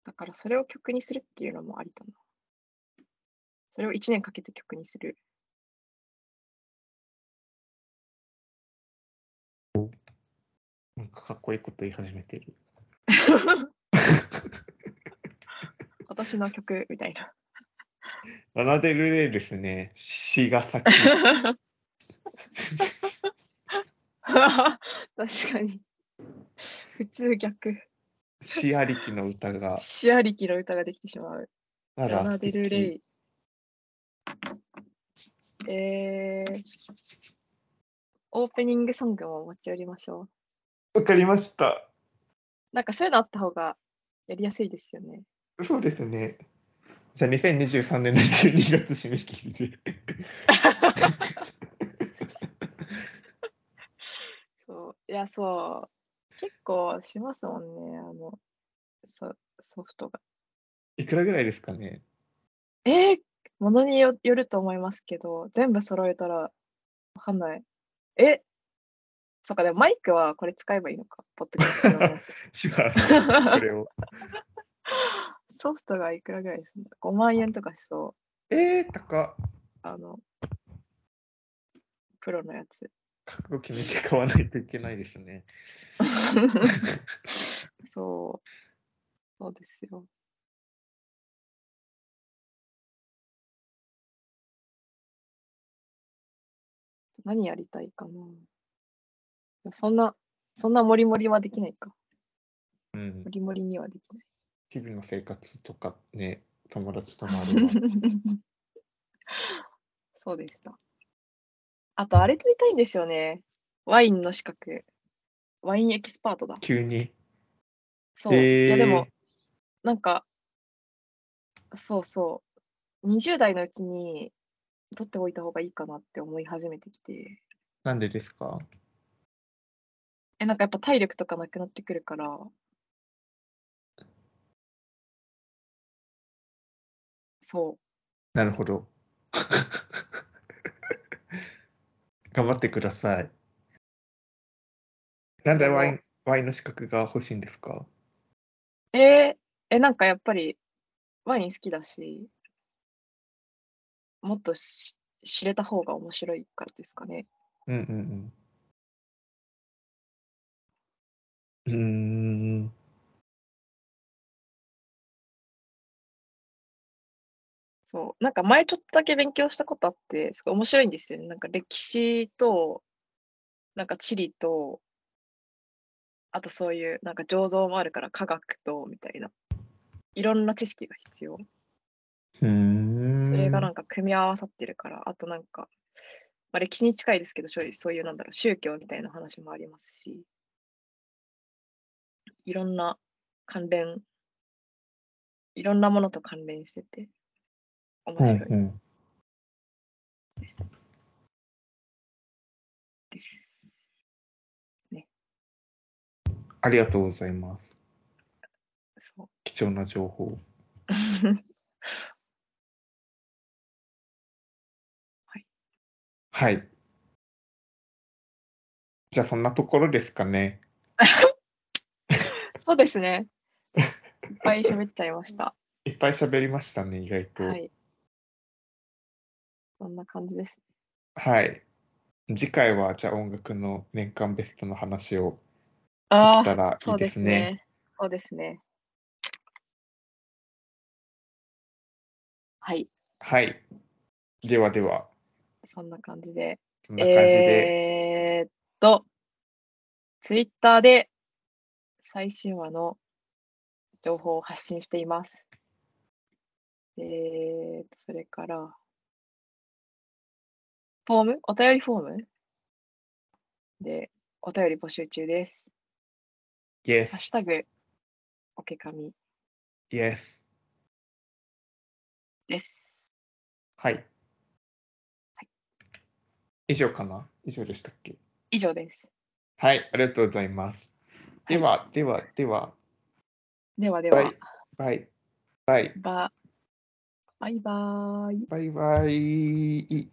Speaker 2: だからそれを曲にするっていうのもありだな。それを1年かけて曲にする。
Speaker 1: なんかかっこいいこと言い始めてる。
Speaker 2: 今年の曲みた
Speaker 1: [laughs]
Speaker 2: いな。
Speaker 1: ラナデルレイですね。詩が先。
Speaker 2: [laughs] 確かに。普通逆。
Speaker 1: 詩ありきの歌
Speaker 2: [laughs]
Speaker 1: が、
Speaker 2: シアリキの歌ができてしまう。
Speaker 1: あ
Speaker 2: ラナ
Speaker 1: ら、
Speaker 2: デルレ
Speaker 1: 敵
Speaker 2: イ。えー、オープニングソングも持ち寄りましょう。
Speaker 1: わかりました。
Speaker 2: なんかそういうのあった方がやりやすいですよね。
Speaker 1: そうですね。じゃあ、2023年の12月締め切りで。
Speaker 2: そういや、そう。結構しますもんね、あの、そソフトが。
Speaker 1: [laughs] いくらぐらいですかね。
Speaker 2: えー、ものによよると思いますけど、全部揃えたらわかんない。えそっか、でもマイクはこれ使えばいいのか、ポッドキャスト用の。
Speaker 1: 手話、これを。 [laughs]
Speaker 2: ソフトがいくらぐらいですんだ ?5 万円とかしそう。
Speaker 1: えー、高っ。
Speaker 2: あの、プロのやつ。
Speaker 1: 覚悟決めて買わないといけないですね。
Speaker 2: [laughs] そう。そうですよ。何やりたいかな。でもそんな、そんなモリモリはできないか。
Speaker 1: うん
Speaker 2: モ。リモリにはできない。
Speaker 1: 日々の生活とかね、友達とのあ [laughs] れは。
Speaker 2: [laughs] そうでした。あと、あれ取りたいんですよね。ワインの資格。ワインエキスパートだ。
Speaker 1: 急に。
Speaker 2: そう。いや、でも、なんか、そうそう。20代のうちに取っておいた方がいいかなって思い始めてきて。
Speaker 1: なんでですか
Speaker 2: え、なんかやっぱ体力とかなくなってくるから。そう。
Speaker 1: なるほど。 [laughs] 頑張ってください。なんでワインワインの資格が欲しいんですか
Speaker 2: えーえ、なんかやっぱりワイン好きだし、もっとし知れた方が面白いからですかね。
Speaker 1: うんうんうん。うーん。
Speaker 2: そう。なんか前ちょっとだけ勉強したことあって、すごい面白いんですよね。なんか歴史と、なんか地理と、あとそういうなんか醸造もあるから科学と、みたいな。いろんな知識が必要。
Speaker 1: うーん。
Speaker 2: それがなんか組み合わさってるから、あとなんか、まあ、歴史に近いですけど、そういうそういうなんだろう、宗教みたいな話もありますし、いろんな関連、いろんなものと関連してて、面白い
Speaker 1: うんうん。
Speaker 2: です。です。
Speaker 1: ありがとうございます。
Speaker 2: そう。 [laughs]
Speaker 1: 貴重な情報。はい。じゃあそんなところですかね。
Speaker 2: そうですね。いっぱい喋っちゃい
Speaker 1: [laughs]
Speaker 2: ました。
Speaker 1: いっぱい喋りましたね、意外と。
Speaker 2: はい。そんな感じです。
Speaker 1: はい。次回はじゃあ音楽の年間ベストの話をで
Speaker 2: あ
Speaker 1: きた
Speaker 2: あ、
Speaker 1: らい
Speaker 2: そ
Speaker 1: いうで
Speaker 2: ですす
Speaker 1: ね。
Speaker 2: ね。そうですね。はい。
Speaker 1: はい。ではでは、
Speaker 2: そんな感じで。
Speaker 1: そんな感じで。
Speaker 2: えーっと、ツイッターで最新話の情報を発信しています。えーっと、それから、フォームお便りフォームで、お便り募集中です。ハッ
Speaker 1: Yes,
Speaker 2: シュタグ、おけかみ
Speaker 1: yes.
Speaker 2: です。
Speaker 1: はい。以上かな以上でしたっけ
Speaker 2: 以上です。
Speaker 1: はい、ありがとうございます。では、では、では、
Speaker 2: ではで
Speaker 1: バ
Speaker 2: は。
Speaker 1: イ、バイ、バイ、
Speaker 2: ババイバーイ。
Speaker 1: バイバイ。